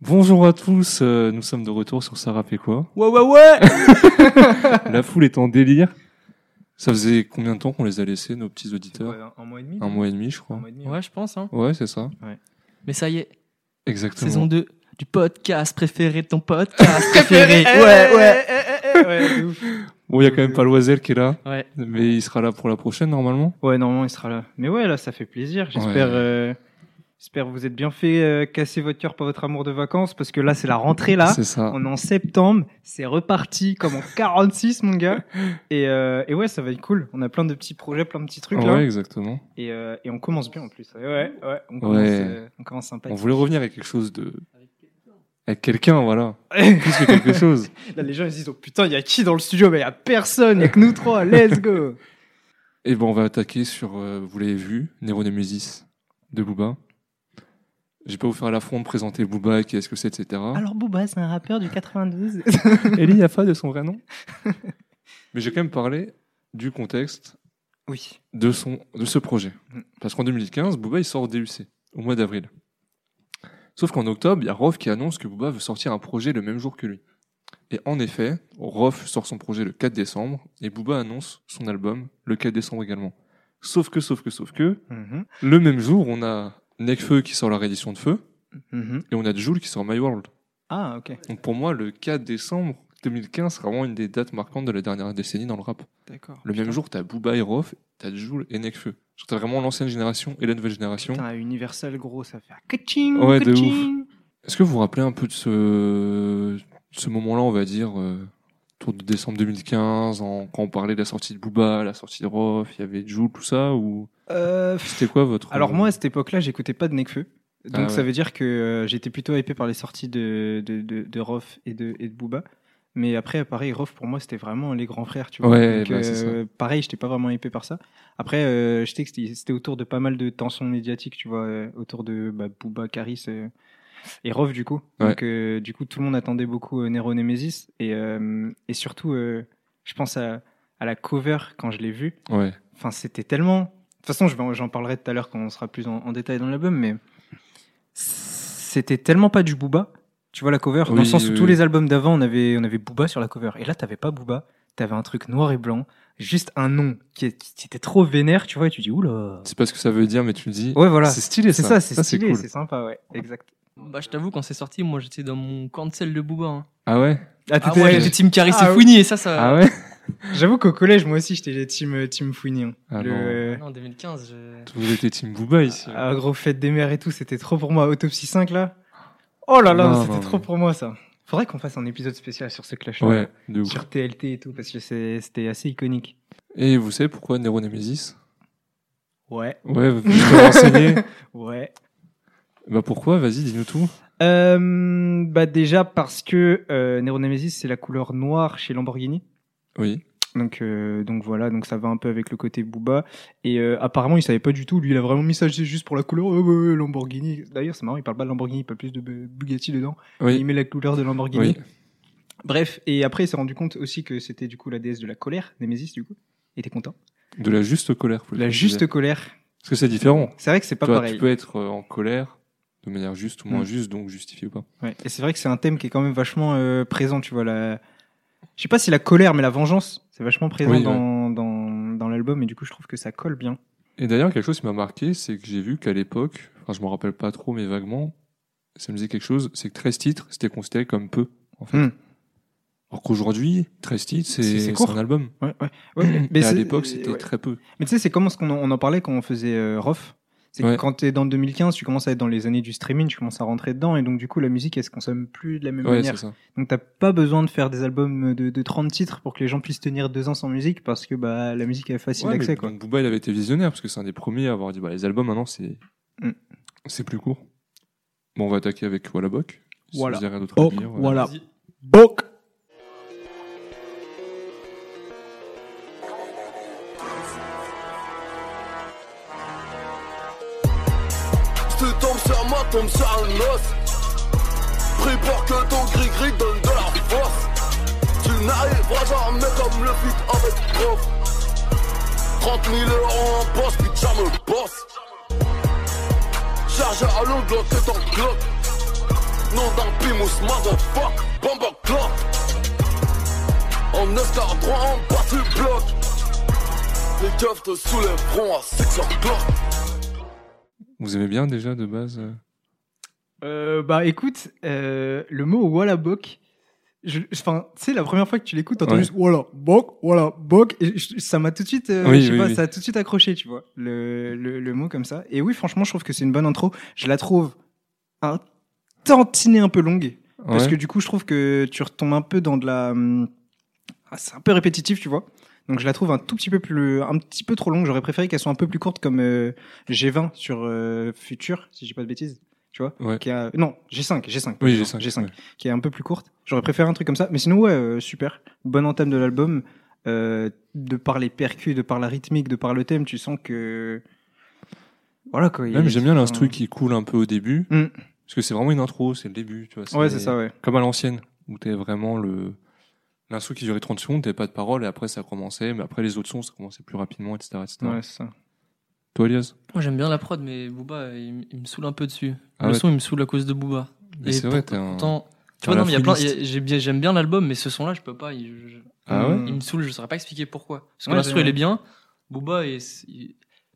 Bonjour à tous, euh, nous sommes de retour sur Sarah quoi Ouais, ouais, ouais La foule est en délire. Ça faisait combien de temps qu'on les a laissés, nos petits auditeurs un, mois et demi Un mois et demi, je crois. Ouais, je pense, hein. Ouais, c'est ça. Mais ça y est, Exactement. saison 2 du podcast préféré de ton podcast Eh, préféré. Ouais, ouais. ouais, de ouf. Bon, il y a quand même pas Loisel qui est là, Ouais. mais il sera là pour la prochaine normalement. Ouais, normalement, il sera là. Mais ouais, là, ça fait plaisir. J'espère Ouais. euh, j'espère vous êtes bien fait euh, casser votre cœur par votre amour de vacances parce que là, c'est la rentrée, là. C'est ça. On est en septembre, c'est reparti comme en 46, mon gars. Et, euh, et ouais, ça va être cool. On a plein de petits projets, plein de petits trucs, Ouais, là. exactement. Et, euh, et on commence bien, en plus. Ouais, ouais, on commence, Ouais. euh, on commence sympa. On voulait revenir avec quelque chose de... Avec quelqu'un, voilà. Plus que quelque chose. Là, les gens, ils se disent, oh putain, il y a qui dans le studio Mais il y a personne, il y a que nous trois, let's go Et ben on va attaquer sur, euh, vous l'avez vu, Nero Nemesis de Booba. J'ai pas vous faire l'affront de présenter Booba, qui est-ce que c'est, etc. Alors, Booba, c'est un rappeur du 92. Eli Yafa de son vrai nom. Mais j'ai quand même parlé du contexte oui. de, son, de ce projet. Parce qu'en 2015, Booba il sort DUC, au mois d'avril. Sauf qu'en octobre, il y a Rof qui annonce que Booba veut sortir un projet le même jour que lui. Et en effet, Rof sort son projet le 4 décembre, et Booba annonce son album le 4 décembre également. Sauf que, sauf que, sauf que, Mhm, le même jour, on a Necfeu qui sort la réédition de Feu, mhm. et on a Joule qui sort My World. Ah, ok. Donc pour moi, le 4 décembre 2015 sera vraiment une des dates marquantes de la dernière décennie dans le rap. D'accord. Le même jour, t'as Booba et Rof, t'as Joule et Nekfeu. Genre, T'as vraiment l'ancienne génération et la nouvelle génération. Putain, Universal, gros, ça fait un catching, Ouais, de Est-ce que vous vous rappelez un peu de ce, ce moment-là, on va dire, euh, autour de décembre 2015, en- quand on parlait de la sortie de Booba, la sortie de Rof, il y avait Joule, tout ça ou Euh, C'était quoi votre... Alors, moi, à cette époque-là, j'écoutais pas de Nekfeu. Donc, Ah ouais. ça veut dire que euh, j'étais plutôt hypé par les sorties de, de, de, de Rof et de, et de Booba. Mais après, pareil, Rof, pour moi, c'était vraiment les grands frères, tu vois. Ouais, Donc, bah, c'est euh, pareil, j'étais pas vraiment hypé par ça. Après, euh, je sais que c'était c'était autour de pas mal de tensions médiatiques, tu vois, euh, autour de bah, Booba, Caris euh, et Rof, du coup. Donc, euh, du coup, tout le monde attendait beaucoup euh, Nero Nemesis. Et, euh, et surtout, euh, je pense à, à la cover quand je l'ai vue. Ouais, Enfin, c'était tellement. De toute façon, je vais en- j'en parlerai tout à l'heure quand on sera plus en, en détail dans l'album, mais c'était tellement pas du Booba. Tu vois la cover Dans le Oui, sens où oui, tous oui. les albums d'avant, on avait, on avait Booba sur la cover. Et là, t'avais pas Booba, t'avais un truc noir et blanc, juste un nom qui, est- qui était trop vénère, tu vois, et tu dis oula. c'est pas ce que ça veut dire, mais tu le dis... Ouais, voilà. C'est stylé C'est ça. ça, c'est stylé, cool. c'est sympa, ouais, exact. Bah, je t'avoue, quand c'est sorti, moi j'étais dans mon cancel de Booba. Hein. Ah ouais Ah, Ah, t'étais- moi j'étais Team Caris Ah, et Fouini, et ça, ça. Ah ouais J'avoue qu'au collège, moi aussi, j'étais team, team Fouini. hein. Ah Le- Non, en 2015, je. Vous étiez Team Booba ici. Ah, gros, fête des mères et tout, c'était trop pour moi. Autopsie 5, là. Oh là là, Non, c'était non, trop non. pour moi, ça. Faudrait qu'on fasse un épisode spécial sur ce clash-là. Ouais, de ouf. Sur TLT et tout, parce que c'est- c'était assez iconique. Et vous savez pourquoi Nero Nemesis Ouais. Ouais, vous pouvez renseigner. Ouais. Bah pourquoi Vas-y, dis-nous tout. Euh, bah, déjà, parce que euh, Nero Nemesis, c'est la couleur noire chez Lamborghini. Oui. Donc, euh, donc voilà, donc ça va un peu avec le côté Booba. Et euh, apparemment, il savait pas du tout. Lui, il a vraiment mis ça juste pour la couleur. Euh, ouais, Lamborghini. D'ailleurs, c'est marrant, il parle pas de Lamborghini, il parle plus de Bu- Bugatti dedans. Il Oui. met la couleur de Lamborghini. Oui. Bref, et après, il s'est rendu compte aussi que c'était du coup la déesse de la colère, Némésis, du coup. Il était content. De la juste colère. faut le La préciser. juste colère. Parce que c'est différent. C'est vrai que c'est pas Tu vois, pareil. Tu peux être euh, en colère de manière juste ou moins Mm. juste, donc justifié ou pas. Ouais. Et c'est vrai que c'est un thème qui est quand même vachement euh, présent, tu vois. La... Je sais pas si la colère, mais la vengeance, c'est vachement présent Oui, dans, dans, dans l'album, et du coup, je trouve que ça colle bien. Et d'ailleurs, quelque chose qui m'a marqué, c'est que j'ai vu qu'à l'époque, enfin je me rappelle pas trop, mais vaguement, ça me disait quelque chose, c'est que 13 titres, c'était considéré comme peu, en fait. Mm. Alors qu'aujourd'hui, 13 titres, c'est C'est- c'est c'est court. un album. Ouais, ouais. ouais. Mais à c'est- l'époque, c'était ouais. très peu. Mais tu sais, c'est comme ce qu'on en, on en parlait quand on faisait euh, Rof. C'est Ouais. que quand t'es dans le 2015, tu commences à être dans les années du streaming, tu commences à rentrer dedans, et donc du coup, la musique, elle se consomme plus de la même Ouais, manière. c'est ça. Donc t'as pas besoin de faire des albums de, de 30 titres pour que les gens puissent tenir deux ans sans musique parce que bah la musique est facile Ouais, mais d'accès quoi. donc Booba, il avait été visionnaire parce que c'est un des premiers à avoir dit bah, les albums maintenant c'est Mm. c'est plus court. Bon, on va attaquer avec Wallabok. Si Voilà. vous avez rien d'autre à Oh, Boc, dire, voilà. voilà. Vas-y. Boc J'te tombe sur moi, tombe sur un os. Prépare que ton gris-gris donne de la force. Tu n'arriveras jamais comme le fit avec prof. 30 000 euros en poche, puis ça me bosse. Charge à l'ongle, c'est en glock. nom d'un pimous, motherfuck, bomber clock. En escar droit, en bas du bloc. Les keufs te soulèveront à 6 o'clock. Vous aimez bien déjà de base euh Euh, bah écoute, euh, le mot Wallabok, je- je- enfin, tu sais, la première fois que tu l'écoutes, t'entends Ouais. juste Wallabok, Wallabok, et je- ça m'a tout de suite, euh, Oui, je sais oui, pas, oui. ça a tout de suite accroché, tu vois, le, le, le mot comme ça. Et oui, franchement, je trouve que c'est une bonne intro. Je la trouve un tantinet un peu longue, parce Ouais. que du coup, je trouve que tu retombes un peu dans de la. hum, ah, c'est un peu répétitif, tu vois. Donc je la trouve un tout petit peu plus, un petit peu trop longue. J'aurais préféré qu'elle soit un peu plus courte, comme euh, G20 sur euh, Future, si je dis pas de bêtises, tu vois. Ouais. qui a- non, G5, G5, Oui, j'ai 5. G5. qui est un peu plus courte. J'aurais préféré un truc comme ça, mais sinon ouais, euh, super, bonne entame de l'album. Euh, de par les percus, de par la rythmique, de par le thème, tu sens que voilà quoi. il y a- Même j'aime bien l'instru enfin, qui coule un peu au début, Mm. parce que c'est vraiment une intro, c'est le début, tu vois. Ouais, c'est ça, ouais. Comme à l'ancienne, où t'es vraiment le l'instru qui durait 30 secondes, t'avais pas de parole, et après ça commençait, mais après les autres sons, ça commençait plus rapidement, etc. etc. Ouais, c'est ça. Toi, Elias Moi j'aime bien la prod, mais Booba il, m- il me saoule un peu dessus. Ah le ouais. son il me saoule à cause de Booba. Mais c'est pour- vrai, t'es un. Pourtant, tu t'es un vois, non, mais il y a plein. il y affiniste. a- j'ai bien- J'aime bien l'album, mais ce son là je peux pas. Il, je- je- Ah ouais Mm. il me saoule, je saurais pas expliquer pourquoi. Parce que Ouais, l'instru c'est elle vrai. est bien. Booba et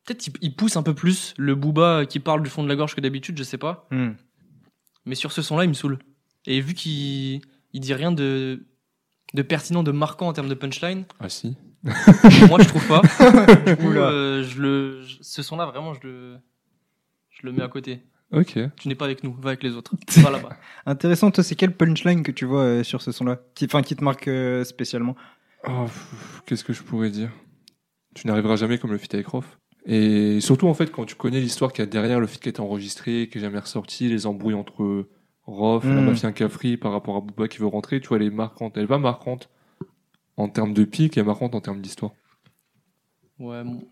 peut-être il, il pousse un peu plus le Booba qui parle du fond de la gorge que d'habitude, je sais pas. Hmm. Mais sur ce son là il me saoule. Et vu qu'il il dit rien de de pertinent, de marquant en termes de punchline, Ah si. moi je trouve pas. Du coup, Oula. euh, je le, je- ce son là vraiment je le, je le mets à côté. Ok. Tu n'es pas avec nous, va avec les autres. Va là-bas. Intéressant, toi, c'est quelle punchline que tu vois euh, sur ce son-là, qui, enfin, qui te marque euh, spécialement. Oh, pff, Qu'est-ce que je pourrais dire Tu n'arriveras jamais comme le feat avec Rof. Et surtout, en fait, quand tu connais l'histoire qu'il y a derrière le feat qui a été enregistré, qui est jamais ressorti, les embrouilles entre Rof et la Mm. mafia Cafri par rapport à Booba qui veut rentrer, tu vois, elle est marquante. Elle est pas marquante en termes de pic, elle est marquante en termes d'histoire. Ouais, bon.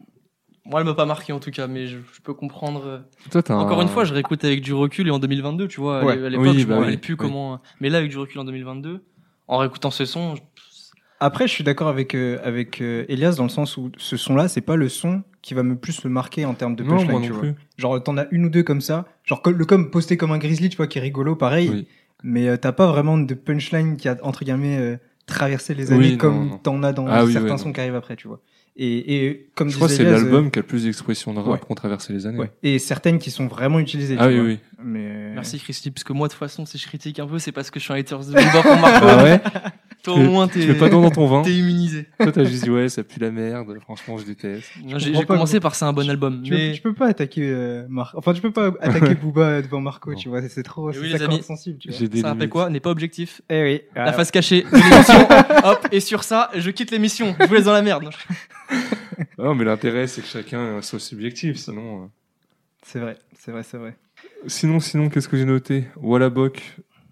moi elle m'a pas marqué en tout cas, mais je, je peux comprendre. euh. Toi, t'as un- Encore une fois, je réécoute avec du recul et en 2022, tu vois, à Ouais. l'é- à l'époque, Oui, je bah me oui, rappelais plus oui. comment. hein. Mais là, avec du recul en 2022, en réécoutant ce son, je- Après, je suis d'accord avec, euh, avec euh, Elias dans le sens où ce son-là, c'est pas le son qui va me plus me marquer en termes de non, punchline, moi tu non vois. plus. Genre, t'en as une ou deux comme ça. Genre, col- le com posté comme un grizzly, tu vois, qui est rigolo, pareil. Oui. Mais euh, t'as pas vraiment de punchline qui a, entre guillemets, euh, traversé les années Oui, non, non. comme t'en as dans Ah oui, certains ouais, sons non. qui arrivent après, tu vois. Et, et comme Je crois que disait c'est Elias, l'album qui a le plus d'expressions de Ouais. rap qu'on traversait les euh, années. ouais. Et certaines qui sont vraiment utilisées, Ah tu oui, vois. oui. Mais, euh, merci Christy, parce que moi, de toute façon, si je critique un peu, c'est parce que je suis un hater de Booba pour Marco. Ah ouais Toi, au moins, t'es Tu mets pas dans ton vin. t'es immunisé. Toi, t'as juste dit, ouais, ça pue la merde. Franchement, je déteste. Non, J'ai comprends j'ai pas, commencé par c'est un bon album, Tu, mais peux, tu peux pas attaquer euh, Mar- Enfin, tu peux pas attaquer Booba euh, devant Marco, tu vois. C'est trop. Et C'est oui, ça les commence amis. sensible, tu vois. J'ai des Ah. ça rappelle limites. quoi N'est pas objectif. Eh oui. La voilà. face cachée de l'émission. Hop, et sur ça, je quitte l'émission. Je vous laisse dans la merde. Ah Non, mais l'intérêt, c'est que chacun a son subjectif, sinon. euh. C'est vrai, c'est vrai, c'est vrai. Sinon, sinon, qu'est-ce que j'ai noté Wallabok,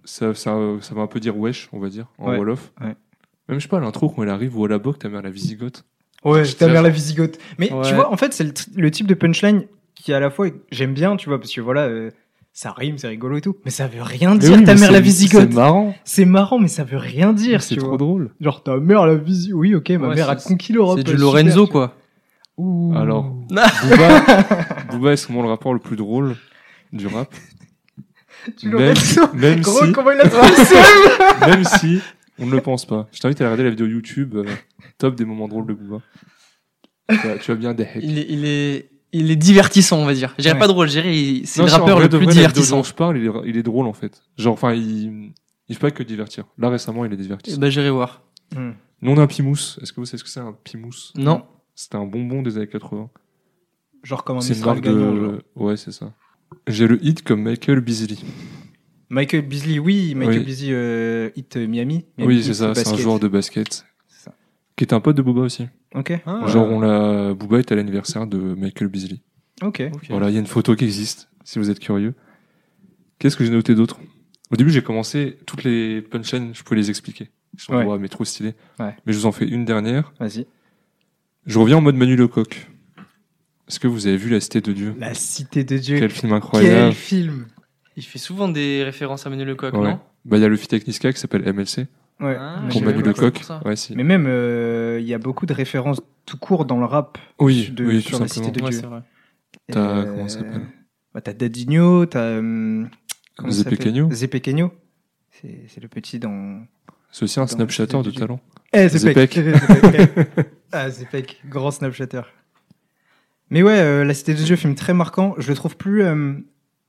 ça, ça, euh, ça va un peu dire wesh, on va dire, en Ouais, Wolof. ouais. Même, je sais pas, l'intro, quand elle arrive, Wallabok, ta mère la visigote. Ouais, C'est ta vrai. mère la visigote. Mais Ouais. tu vois, en fait, c'est le, tr- le type de punchline qui, à la fois, j'aime bien, tu vois, parce que voilà, euh, ça rime, c'est rigolo et tout. Mais ça veut rien dire, ta mère la visigote. C'est marrant, C'est marrant, mais ça veut rien dire, c'est tu trop vois. drôle. Genre, ta mère la visigote. Oui, ok, ma Ouais, mère a c'est- conquis l'Europe. C'est du super, Lorenzo, tu vois. quoi. Ouh. Alors, Booba, Booba est sûrement le rapport le plus drôle du rap. du même, Lorenzo. même Gros, si, comment il a traversé même si, on ne le pense pas. Je t'invite à regarder la vidéo YouTube, euh, top des moments drôles de Booba. Tu vas- tu vas bien des Il est, il est, il est divertissant, on va dire. J'irai Ouais. pas drôle, j'irai, il- c'est Non, le si, en rappeur vrai le de plus vrai, l'hebdo divertissant. dont je parle, il est, il est drôle en fait. Genre, enfin, il, il fait pas que divertir. Là, récemment, il est divertissant. Eh ben, j'irai voir. Hmm. Nom d'un pimousse. Est-ce que vous savez ce que c'est un pimousse Non. C'était un bonbon des années 80. Genre, comme un C'est une Mistral marque de. gagnant. genre. Ouais, c'est ça. J'ai le hit comme Michael Beasley. Michael Beasley, oui. Michael Oui. Beasley, euh, hit euh, Miami. Miami oui, c'est hit ça. C'est un basket. joueur de basket. C'est ça. Qui est un pote de Booba aussi. Ok. Ah. Genre, on l'a. Booba est à l'anniversaire de Michael Beasley. Ok. Voilà, il y a une photo qui existe, si vous êtes curieux. Qu'est-ce que j'ai noté d'autre Au début, j'ai commencé toutes les punchlines, je pouvais les expliquer. Je me Ouais. suis mais trop stylé. Ouais. Mais je vous en fais une dernière. Vas-y. Je reviens en mode Manu Lecoq. Est-ce que vous avez vu La Cité de Dieu La cité de Dieu. Quel film Quel incroyable film. Il fait souvent des références à Manu Lecoq, Ouais. non Bah, il y a le feat avec Niska qui s'appelle MLC Ouais. Ah, mais pour j'ai j'avais Manu pas vu. compris Lecoq. pour ça. Ouais, si. Mais même, euh, il y a beaucoup de références tout court dans le rap. euh, Oui, de- oui, sur tout la Cité simplement. de Ouais, Dieu. c'est vrai. T'as- comment ça s'appelle bah, T'as Dadinho, t'as. hum, Comment Zé ça s'appelle Pequeno. Zé Pequeno. C'est c'est le petit dans. Ceci un Attends, snapchatter de c'est- talent. Eh, Zé Zepec. Zepec. ah, Zepec, grand Snapchatter. Mais ouais, euh, La Cité des Dieux, film très marquant. Je le trouve plus. euh,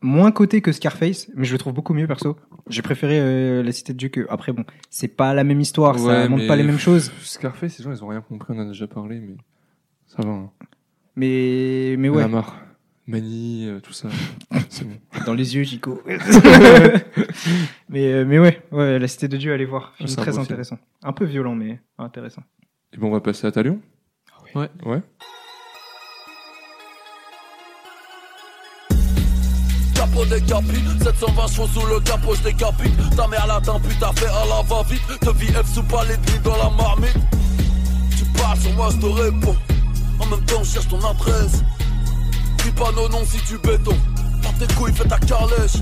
moins coté que Scarface, mais je le trouve beaucoup mieux perso. J'ai préféré euh, La Cité des Dieux que. Après, bon, c'est pas la même histoire, Oh, ça Ouais, montre mais- pas les mêmes choses. Scarface, ces gens, ils ont rien compris, on en a déjà parlé, mais ça va. hein. Mais, mais On ouais. a marre. Mani, euh, tout ça. C'est bon. Dans les yeux, Jico. mais, euh, mais ouais, ouais, La Cité de Dieu, allez voir. Film Ah, C'est un très beau film. intéressant. Un peu violent, mais intéressant. Et bon, on va passer à Talion. Ah Ouais. Ouais. Capot décapite, 720 chevaux sous le capot, je décapite. Ta mère la puis t'as fait à la va-vite. Te vis F sous pas les drilles dans la marmite. Tu parles sur moi, je te réponds. En même temps, je cherche ton adresse. Dis pas non, non si tu béton. Par tes couilles, fais ta calèche.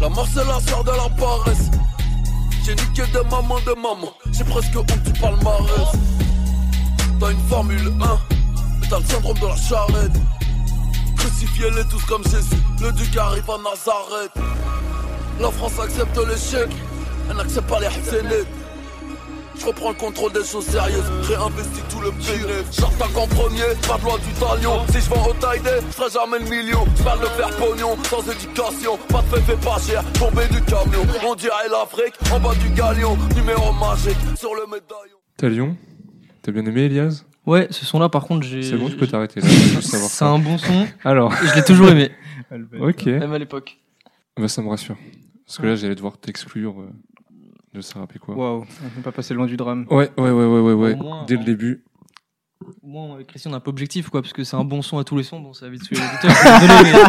La mort, c'est la sœur de la paresse. J'ai niqué des mamans, de mamans. J'ai presque honte du palmarès. T'as une Formule 1, mais t'as le syndrome de la charrette. Crucifiez-les tous comme Jésus, le duc arrive à Nazareth. La France accepte l'échec, elle n'accepte pas les Hassanettes. Je reprends le contrôle des choses sérieuses, réinvestis tout le périph. J'attaque en premier, pas de loi du talion. Si je vends au taille je ferai jamais le million. Je parle de faire pognon, sans éducation. Pas de fait, fait pas cher, tombé du camion. On dirait l'Afrique, en bas du galion. Numéro magique, sur le médaillon. Talion. T'as bien aimé, Elias Ouais, ce son-là, par contre, j'ai. C'est bon, je peux t'arrêter là. je veux juste savoir C'est ça. un bon son. Alors, et Je l'ai toujours aimé, euh, ok. même à l'époque. Bah, ça me rassure. Parce que là, j'allais devoir t'exclure euh, de ça, rappeler quoi. Waouh, on peut pas passer loin du drame. Ouais, ouais, ouais, ouais, ouais, ouais. Au moins, Dès hein. le début. Moi, avec euh, Christian, on est un peu objectif, quoi, parce que c'est un bon son à tous les sons, bon, ça va vite tuer l'auditeur. je suis désolé,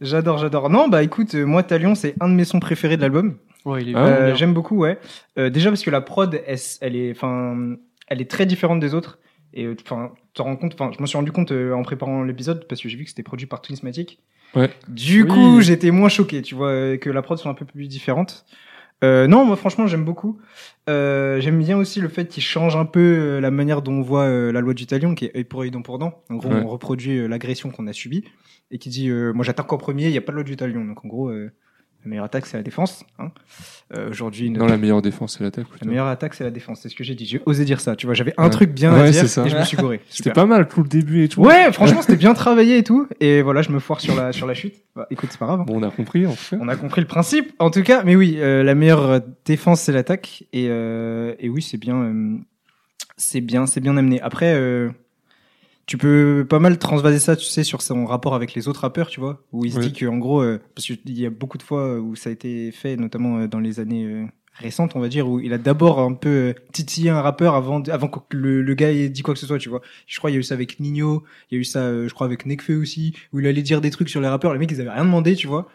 J'adore, j'adore. Non, bah écoute, euh, moi, Talion, c'est un de mes sons préférés de l'album. mais- Ouais, il est Ah, vraiment Euh, bien. J'aime beaucoup, ouais. Euh, déjà parce que la prod, elle, s- elle est, enfin, elle est très différente des autres. Et euh, enfin, tu rends compte. Enfin, je me suis rendu compte euh, en préparant l'épisode parce que j'ai vu que c'était produit par Twinsmatic. Ouais. Du Oui. coup, j'étais moins choqué, tu vois, euh, que la prod soit un peu plus différente. Euh, non, moi franchement, j'aime beaucoup. Euh, j'aime bien aussi le fait qu'il change un peu euh, la manière dont on voit euh, la loi du talion, qui est œil pour œil, dent pour dent. En gros, Ouais. on reproduit euh, l'agression qu'on a subie et qui dit, euh, moi j'attaque en premier, il n'y a pas de loi du talion. Donc en gros, euh, la meilleure attaque, c'est la défense. Hein. Euh, Aujourd'hui, une- Non, la meilleure défense, c'est l'attaque la plutôt. meilleure attaque, c'est la défense. C'est ce que j'ai dit. J'ai osé dire ça. Tu vois, j'avais un Ouais. truc bien à Ouais, dire c'est ça. et je me suis gouré. C'était Super. pas mal tout le début et tout. Ouais, franchement, c'était bien travaillé et tout. Et voilà, je me foire sur la, sur la chute. Bah, écoute, c'est pas grave. hein. Bon, on a compris en tout cas. On a compris le principe, en tout cas. Mais oui, euh, la meilleure défense, c'est l'attaque. Et, euh, et oui, c'est bien, euh, c'est bien, c'est bien amené. Après, euh, tu peux pas mal transvaser ça, tu sais, sur son rapport avec les autres rappeurs, tu vois, où il se Oui. dit que en gros, euh, parce qu'il y a beaucoup de fois où ça a été fait, notamment euh, dans les années. euh, récentes, on va dire où il a d'abord un peu euh, titillé un rappeur avant de- avant que le, le gars ait dit quoi que ce soit tu vois je crois il y a eu ça avec Nino il y a eu ça euh, je crois avec Nekfeu aussi où il allait dire des trucs sur les rappeurs les mecs ils avaient rien demandé tu vois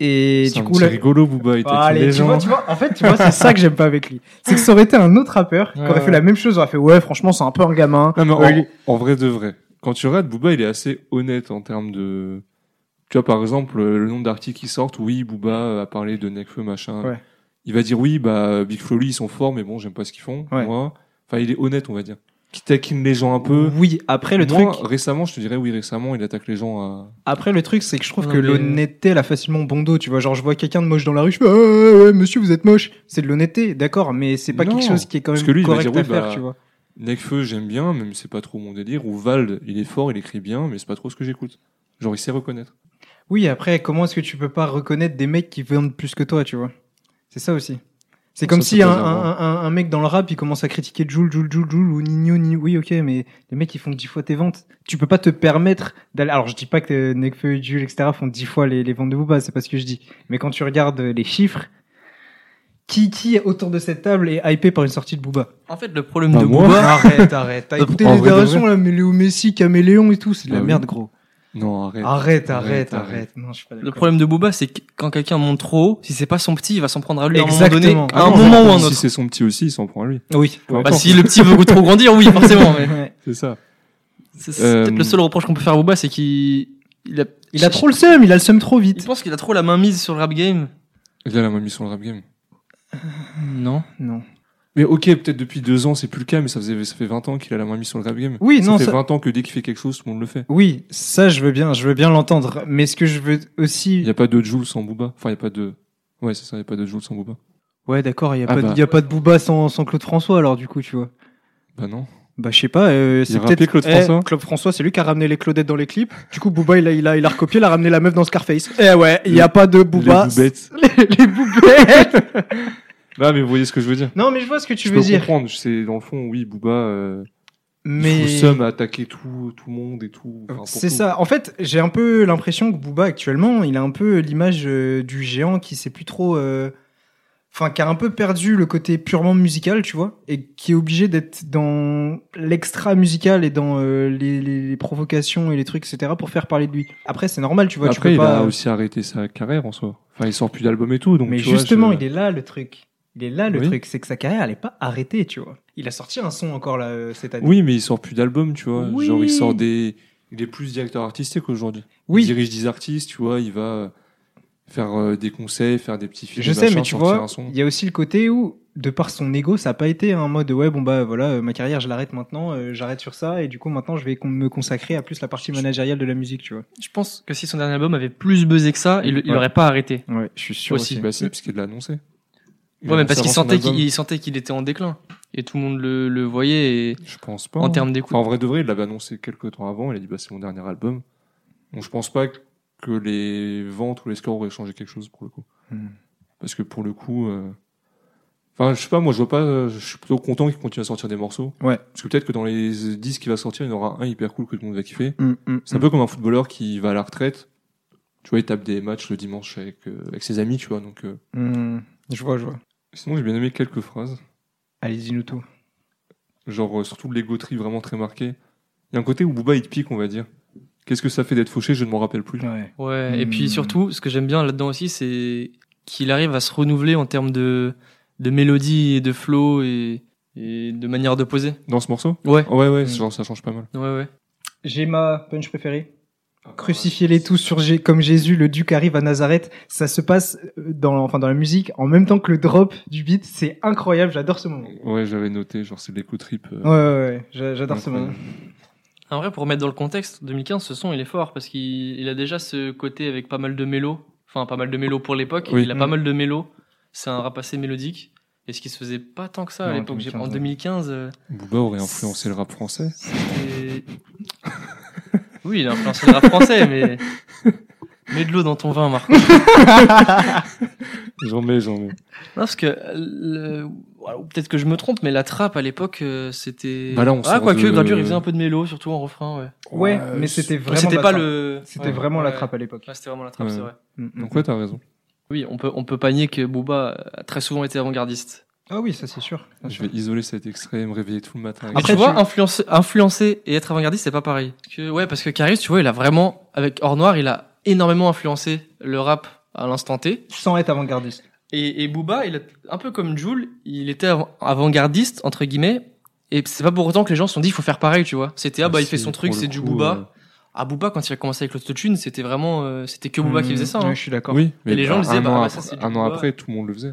et C'est du un coup petit là rigolo, Booba. Il Bon, taquine allez, les tu vois, gens. tu vois, en fait, tu vois, c'est ça que j'aime pas avec lui. C'est que ça aurait été un autre rappeur qui Ouais, aurait fait ouais. la même chose, aurait fait ouais, franchement, c'est un peu un gamin. Non, mais Ouais, il- en, en vrai de vrai. Quand tu regardes, Booba, il est assez honnête en termes de. Tu vois, par exemple, euh, le nombre d'articles qui sortent, oui, Booba a parlé de Nekfeu, machin. Ouais. Il va dire, oui, bah, Big Flowly, ils sont forts, mais bon, j'aime pas ce qu'ils font. Ouais. Moi. Enfin, il est honnête, on va dire. Qui taquine les gens un peu. Oui, après le Moi, truc, récemment, je te dirais, oui, récemment, il attaque les gens à. après le truc, c'est que je trouve Non, que mais- l'honnêteté, elle a facilement bon dos. Tu vois, genre, je vois quelqu'un de moche dans la rue, je fais ah, ouais, ouais, monsieur, vous êtes moche. C'est de l'honnêteté, d'accord, mais c'est pas Non, quelque chose qui est quand parce même que lui, il va correct dire, à oui, faire, bah, tu vois. Nekfeu, j'aime bien, même c'est pas trop mon délire. Ou Vald, il est fort, il écrit bien, mais c'est pas trop ce que j'écoute. Genre, il sait reconnaître. Oui, après, comment est-ce que tu peux pas reconnaître des mecs qui vendent plus que toi, tu vois C'est ça aussi. C'est Ça, comme c'est si un, pas un, énervant. un- un mec dans le rap, il commence à critiquer Joule, Joule, Joule, Joule, ou Nino, Nino. Oui, ok, mais les mecs, ils font 10 fois tes ventes. Tu peux pas te permettre d'aller. Alors, je dis pas que euh, Nekfeu, Jules, etc. font 10 fois les, les ventes de Booba, c'est pas ce que je dis. Mais quand tu regardes euh, les chiffres, qui, qui autour de cette table est hypé par une sortie de Booba En fait, le problème Bah, de moi. Booba. Arrête, arrête. T'as écouté En les vrai de versions là, mais Léo Messi, Caméléon et tout, c'est de la Bah oui. merde, gros. Non, arrête. Arrête, Arrête, arrête, arrête. Non, je suis pas Le d'accord. problème de Booba, c'est que quand quelqu'un monte trop haut, si c'est pas son petit, il va s'en prendre à lui à un Exactement. moment donné, à Ah un non, moment ou à un Si autre. c'est son petit aussi, il s'en prend à lui. Oui. Ouais. Bah, Attends. si le petit veut trop grandir, oui, forcément. mais Ouais. C'est ça. C'est c'est Euh, peut-être le seul reproche qu'on peut faire à Booba, c'est qu'il il a, Il a trop le seum, il a le seum trop Il vite. pense qu'il a trop la main mise sur le rap game. Il a la main mise sur le rap game. Non. Non. Mais ok, peut-être depuis deux ans, c'est plus le cas, mais ça, faisait, ça fait 20 ans qu'il a la main mise sur le rap game. Oui, ça non, fait ça- 20 ans que dès qu'il fait quelque chose, tout le monde le fait. Oui, ça je veux bien, je veux bien l'entendre. Mais ce que je veux aussi. Il n'y a pas de Jules sans Booba. Enfin, il n'y a pas de. Ouais, c'est ça, il n'y a pas de Jules sans Booba. Ouais, d'accord, il n'y a, Ah pas de- bah. il y a pas de Booba sans, sans Claude François, alors du coup, tu vois. Bah non. Bah, je sais pas, euh, Il c'est a rappelé peut-être. Claude Eh, François Claude François, c'est lui qui a ramené les Claudettes dans les clips. Du coup, Booba, il a, il a, il a recopié, il a ramené la meuf dans Scarface. Eh ouais, il n'y a Les- pas de Booba. Les bêtes. Les, les boubettes. Bah, mais vous voyez ce que je veux dire. Non, mais je vois ce que tu je veux peux dire. comprendre, c'est dans le fond, oui, Booba, euh, Mais. il se somme à attaquer tout, tout le monde et tout. enfin, pour C'est tout. ça. En fait, j'ai un peu l'impression que Booba actuellement, il a un peu l'image euh, du géant qui sait plus trop, euh, enfin, qui a un peu perdu le côté purement musical, tu vois, et qui est obligé d'être dans l'extra musical et dans euh, les, les- les provocations et les trucs, etc., pour faire parler de lui. Après, c'est normal, tu vois. tu Après, peux il pas... a aussi arrêté sa carrière en soi. Enfin, il sort plus d'album et tout. Donc, Mais tu vois, justement, je- il est là le truc. Il est là le euh, Oui. truc, c'est que sa carrière, elle est pas arrêtée, tu vois. Il a sorti un son encore là euh, cette année. Oui, mais il sort plus d'albums, tu vois. Oui. Genre, il sort des. Il est plus directeur artistique aujourd'hui. Il dirige des artistes, tu vois. Il va euh, faire euh, des conseils, faire des petits films. Je sais, machin, mais tu sortir vois, un son. il y a aussi le côté où, de par son ego, ça n'a pas été un mode ouais, bon bah voilà, euh, ma carrière, je l'arrête maintenant, euh, j'arrête sur ça, et du coup maintenant je vais con- me consacrer à plus la partie managériale de la musique, tu vois. Je pense que si son dernier album avait plus buzzé que ça, il, il Ouais. aurait pas arrêté. Ouais, je suis sûr Aussi. aussi. Bah, si, parce qu'il l'a annoncé. Il Ouais, a mais annoncé parce qu'il avant son sentait album. qu'il il sentait qu'il était en déclin. Et tout le monde le, le voyait. Et Je pense pas. en hein. termes Enfin, d'écoute. en vrai de vrai, il l'avait annoncé quelques temps avant. Il a dit, bah, c'est mon dernier album. Bon, je pense pas que les ventes ou les scores auraient changé quelque chose pour le coup. Hmm. Parce que pour le coup, euh, enfin, je sais pas, moi, je vois pas, euh, je suis plutôt content qu'il continue à sortir des morceaux. Ouais. Parce que peut-être que dans les 10 qu'il va sortir, il y en aura un hyper cool que tout le monde va kiffer. Hmm, C'est un Mm. peu comme un footballeur qui va à la retraite. Tu vois, il tape des matchs le dimanche avec, euh, avec ses amis, tu vois. Donc, euh, Hmm. Je vois, je vois. sinon, j'ai bien aimé quelques phrases. Allez, dis-nous tout. genre euh, surtout l'égoterie vraiment très marquée. Il y a un côté où Booba il te pique, on va dire. Qu'est-ce que ça fait d'être fauché Je ne m'en rappelle plus. Ouais. Ouais, et puis Hmm. surtout, ce que j'aime bien là-dedans aussi, c'est qu'il arrive à se renouveler en termes de, de mélodie et de flow et, et de manière de poser. Dans ce morceau Ouais, Ouais, ouais, Mm. genre ça change pas mal. ouais, ouais. J'ai ma punch préférée. Crucifiez-les tous sur Jé- comme Jésus, le duc arrive à Nazareth. Ça se passe euh, dans, enfin, dans la musique en même temps que le drop du beat. C'est incroyable, j'adore ce moment. Ouais, j'avais noté, genre c'est de l'éco-trip. euh, Ouais, ouais, ouais, j'a- j'adore ce moment. incroyable. En vrai, pour remettre dans le contexte, 2015, ce son, il est fort parce qu'il il a déjà ce côté avec pas mal de mélos. Enfin, pas mal de mélos pour l'époque. Oui. Hmm. Il a pas Mm. mal de mélos. C'est un rap assez mélodique. Et ce qui se faisait pas tant que ça à Non, l'époque. J'ai- En 2015, 2015, euh, Booba aurait influencé le rap français. c'était. oui, il a influencé le rap français, mais. Mets de l'eau dans ton vin, Marc. J'en mets, j'en mets. Non, parce que euh, le- ou peut-être que je me trompe, mais la trappe à l'époque, euh, c'était. Bah là, on ah, sort quoique, de- Gradure, il faisait un peu de mélo, surtout en refrain, ouais. Ouais, Ouais, mais c'est- c'était Ouais, vraiment. C'était la pas trappe. le. C'était ouais, vraiment la ouais. trappe à l'époque. Hmm, Ouais, c'était vraiment la trappe, Ouais. c'est vrai. Donc ouais, t'as raison. Oui, on peut, on peut pas nier que Booba a très souvent été avant-gardiste. Ah oui, ça c'est sûr. Je vais isoler cet extrait et me réveiller tout le matin. avec Mais Après, tu vois, tu- influencer, influencer et être avant-gardiste, c'est pas pareil. Parce que, ouais, parce que Caris, tu vois, il a vraiment, avec Or Noir, il a énormément influencé le rap à l'instant T. Sans être avant-gardiste. Et, et Booba, il a, un peu comme Jules, il était av- avant-gardiste, entre guillemets. Et c'est pas pour autant que les gens se sont dit, il faut faire pareil, tu vois. C'était, ah bah, il Si, fait son truc, pour le c'est du coup, Booba. À Booba, quand il a commencé avec l'autotune, c'était vraiment, euh, c'était que Booba qui faisait ça. Mmh, hein. ouais, je suis euh, d'accord. Oui, mais les gens le disaient, un bah, an bah, après- ça, c'est du un an Booba. après, tout le monde le faisait.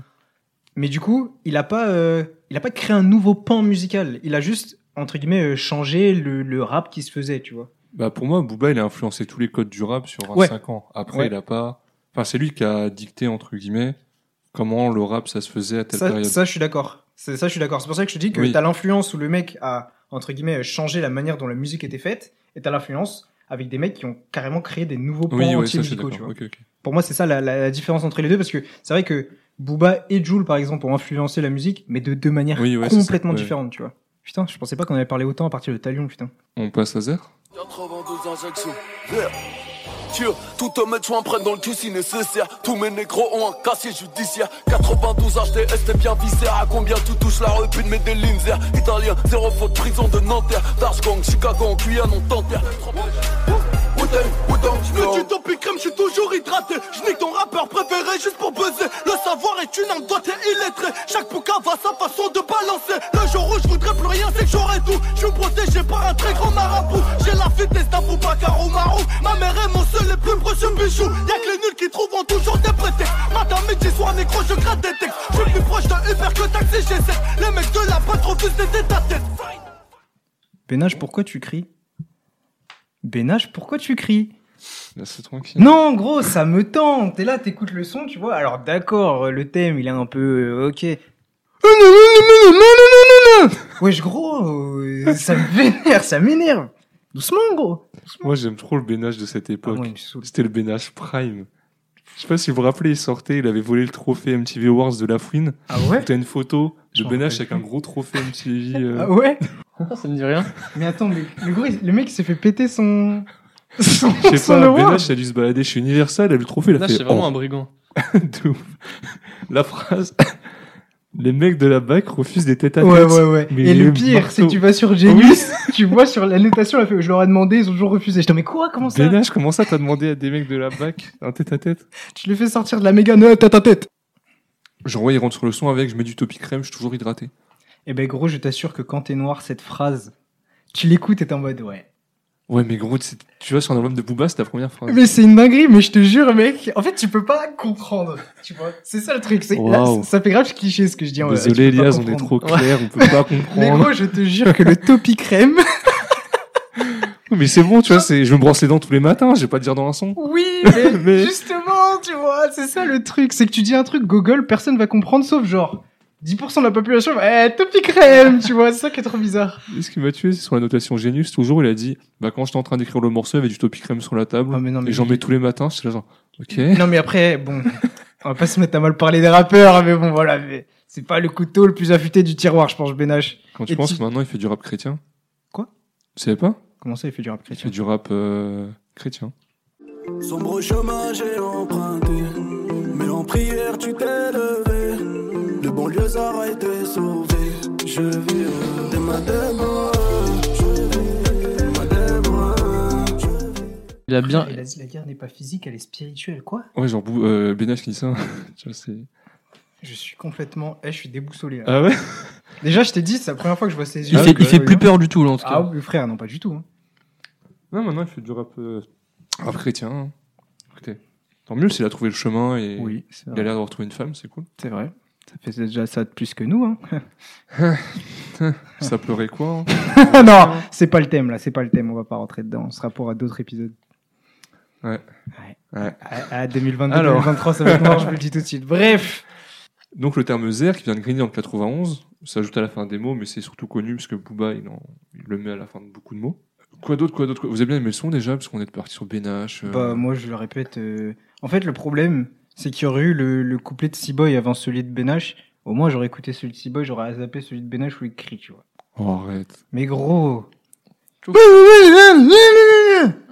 Mais du coup, il a pas, euh, il a pas créé un nouveau pan musical. Il a juste entre guillemets euh, changé le, le rap qui se faisait, tu vois. Bah pour moi, Booba, il a influencé tous les codes du rap sur Ouais. 25 ans. Après, Ouais. il a pas. Enfin, c'est lui qui a dicté entre guillemets comment le rap ça se faisait à telle Ça, période. ça, je suis d'accord. C'est ça, je suis d'accord. C'est pour ça que je te dis que Oui. t'as l'influence où le mec a entre guillemets euh, changé la manière dont la musique était faite, et t'as l'influence avec des mecs qui ont carrément créé des nouveaux pans oui, ouais, entiers ça, je suis musicaux, tu d'accord. vois. Ok, ok. Pour moi, c'est ça la, la- la différence entre les deux, parce que c'est vrai que Booba et Jul, par exemple, ont influencé la musique, mais de deux manières Oui, ouais, c'est ça, complètement ouais. différentes, tu vois. Putain, je pensais pas qu'on avait parlé autant à partir de Talion, putain. On passe à Zer 92 injections. Yeah. Tiens, tout homme et soin prennent dans le cul si nécessaire. Tous mes négros ont un casier judiciaire. 92 HTS, t'es bien viscère. À combien tu touches la repute, mais des lignes zère. Italien, zéro faute, prison de Nanterre. Gang, Chicago, en Guyane, on t'enterre. Woodham, Woodham, j'me du topi crème, j'suis toujours hydraté. J'nique ton rappeur préféré juste pour buzzer. Le savoir est une âme, toi t'es illettré. Chaque bouquin va sa façon de balancer. Le jour où j'voudrais plus rien, c'est que j'aurai tout. J'suis protégé par un très grand marabout. J'ai la fitness d'un Boubacar ou Marou. Ma mère et mon sœur seuls les plus proches bijoux Y'a que les nuls qui trouvent toujours des prétextes Matin, midi, soir, négro, je gratte des textes Je suis plus proche d'un Uber que taxi G7 Les mecs de la patte refusent d'aider ta tête Bénage, pourquoi tu cries Bénage, pourquoi tu cries Laisse-le tranquille. Non, gros, ça me tente. T'es là, t'écoutes le son, tu vois. Alors, d'accord, le thème, il est un peu. euh, ok. Wesh, gros, euh, ça me vénère, ça m'énerve. Doucement, gros. Moi, j'aime trop le bénage de cette Ah, époque. moi, il me saoule. C'était le Bénage Prime. Je sais pas si vous vous rappelez, il sortait, il avait volé le trophée MTV Awards de La Fouine. Ah ouais T'as une photo Je de m'en Bénage rappelle avec un gros trophée MTV. euh, Ah ouais Ça me dit rien. Mais attends, mais le, gros, il- le mec, il s'est fait péter son. son, Je sais son pas, award. Bénage, il a dû se balader chez Universal, il a vu le trophée, il a Là, c'est fait vraiment oh. un brigand. de ouf. La phrase Les mecs de la BAC refusent des têtes à tête. Ouais, ouais, ouais. Mais Et il le est pire, marteau. c'est que tu vas sur Genius, tu vois sur l'annotation, elle fait, je leur ai demandé, ils ont toujours refusé. Je dis, mais quoi, comment ça Bénage, comment ça t'as demandé à des mecs de la BAC un tête à tête Tu les fais sortir de la méga note à ta tête. Genre, ouais, il rentre sur le son avec, je mets du topi crème, je suis toujours hydraté. Eh ben gros, je t'assure que quand t'es noir, cette phrase, tu l'écoutes et t'es en mode ouais. Ouais, mais gros, c'est- tu vois, sur un album de Booba, c'est ta première phrase. Mais c'est une dinguerie, mais je te jure, mec. En fait, tu peux pas comprendre, tu vois. C'est ça le truc. C'est là, Waouh. ça fait grave cliché ce que je dis. en vrai. Désolé, Tu peux pas Elias, on est comprendre. trop clair, on peut pas Mais comprendre. gros, je te jure que le topi crème, Oui, Mais c'est bon, tu Ah. vois, c'est, je me brosse les dents tous les matins, je vais pas te dire dans un son. oui, mais, Mais- justement, tu vois, c'est ça le truc. C'est que tu dis un truc Google, personne va comprendre, sauf genre 10% de la population. va, Eh, topi crème, tu vois. C'est ça qui est trop bizarre. Et ce qui m'a tué, c'est sur la notation Genius, toujours, il a dit, bah, quand j'étais en train d'écrire le morceau, il y avait du topi crème sur la table. Ah, mais non, mais et j'en lui- mets tous les matins, c'est là genre, ok. Non, mais après, bon, on va pas se mettre à mal parler des rappeurs, hein, mais bon, voilà, mais c'est pas le couteau le plus affûté du tiroir, je pense, Benache. Quand tu Et penses tu- que maintenant, il fait du rap chrétien. Quoi? Tu savais pas? Comment ça, il fait du rap Il fait chrétien du rap, euh, chrétien. Sombre chemin j'ai emprunté Mais en prière tu t'es levé Le bon lieu a été sauvé Je vis euh, de ma démo Je vis de ma démo Il a bien. Ah, la, guerre n'est pas physique, elle est spirituelle, quoi Ouais, genre, Bou- euh, Bénage qui dit ça. tu vois, c'est... Je suis complètement. Eh, je suis déboussolé. là. Ah ouais? Déjà, je t'ai dit, c'est la première fois que je vois ses Euh. Il yeux. fait, il Ouais, fait ouais. plus peur du tout, là, en tout Ah, cas. oui, frère, non, pas du tout. hein. Non, maintenant, il fait du rap, euh, rap chrétien. hein. Écoutez. Tant mieux s'il a trouvé le chemin et Oui, c'est il a vrai. l'air d'avoir trouvé une femme, c'est cool. C'est vrai. Ça fait déjà ça de plus que nous, hein. Ça pleurait quoi? hein non, c'est pas le thème, là, c'est pas le thème, on va pas rentrer dedans. On sera pour à d'autres épisodes. Ouais. Ouais. À, 2022, Alors. 2023, ça va être noir, je vous le dis tout de suite. Bref Donc le terme zère qui vient de grigner en 91 s'ajoute à la fin des mots, mais c'est surtout connu parce que Booba il, en- il le met à la fin de beaucoup de mots. Quoi d'autre, quoi d'autre quoi- Vous avez bien aimé le son déjà parce qu'on est parti sur Bénache. euh, Bah, moi, je le répète. euh, En fait, le problème, c'est qu'il y aurait eu le, le couplet de C-Boy avant celui de Benache. Au moins, j'aurais écouté celui de C-Boy, j'aurais zappé celui de Benache où il crie, tu vois. oh, arrête. Mais gros. Tout. J'aime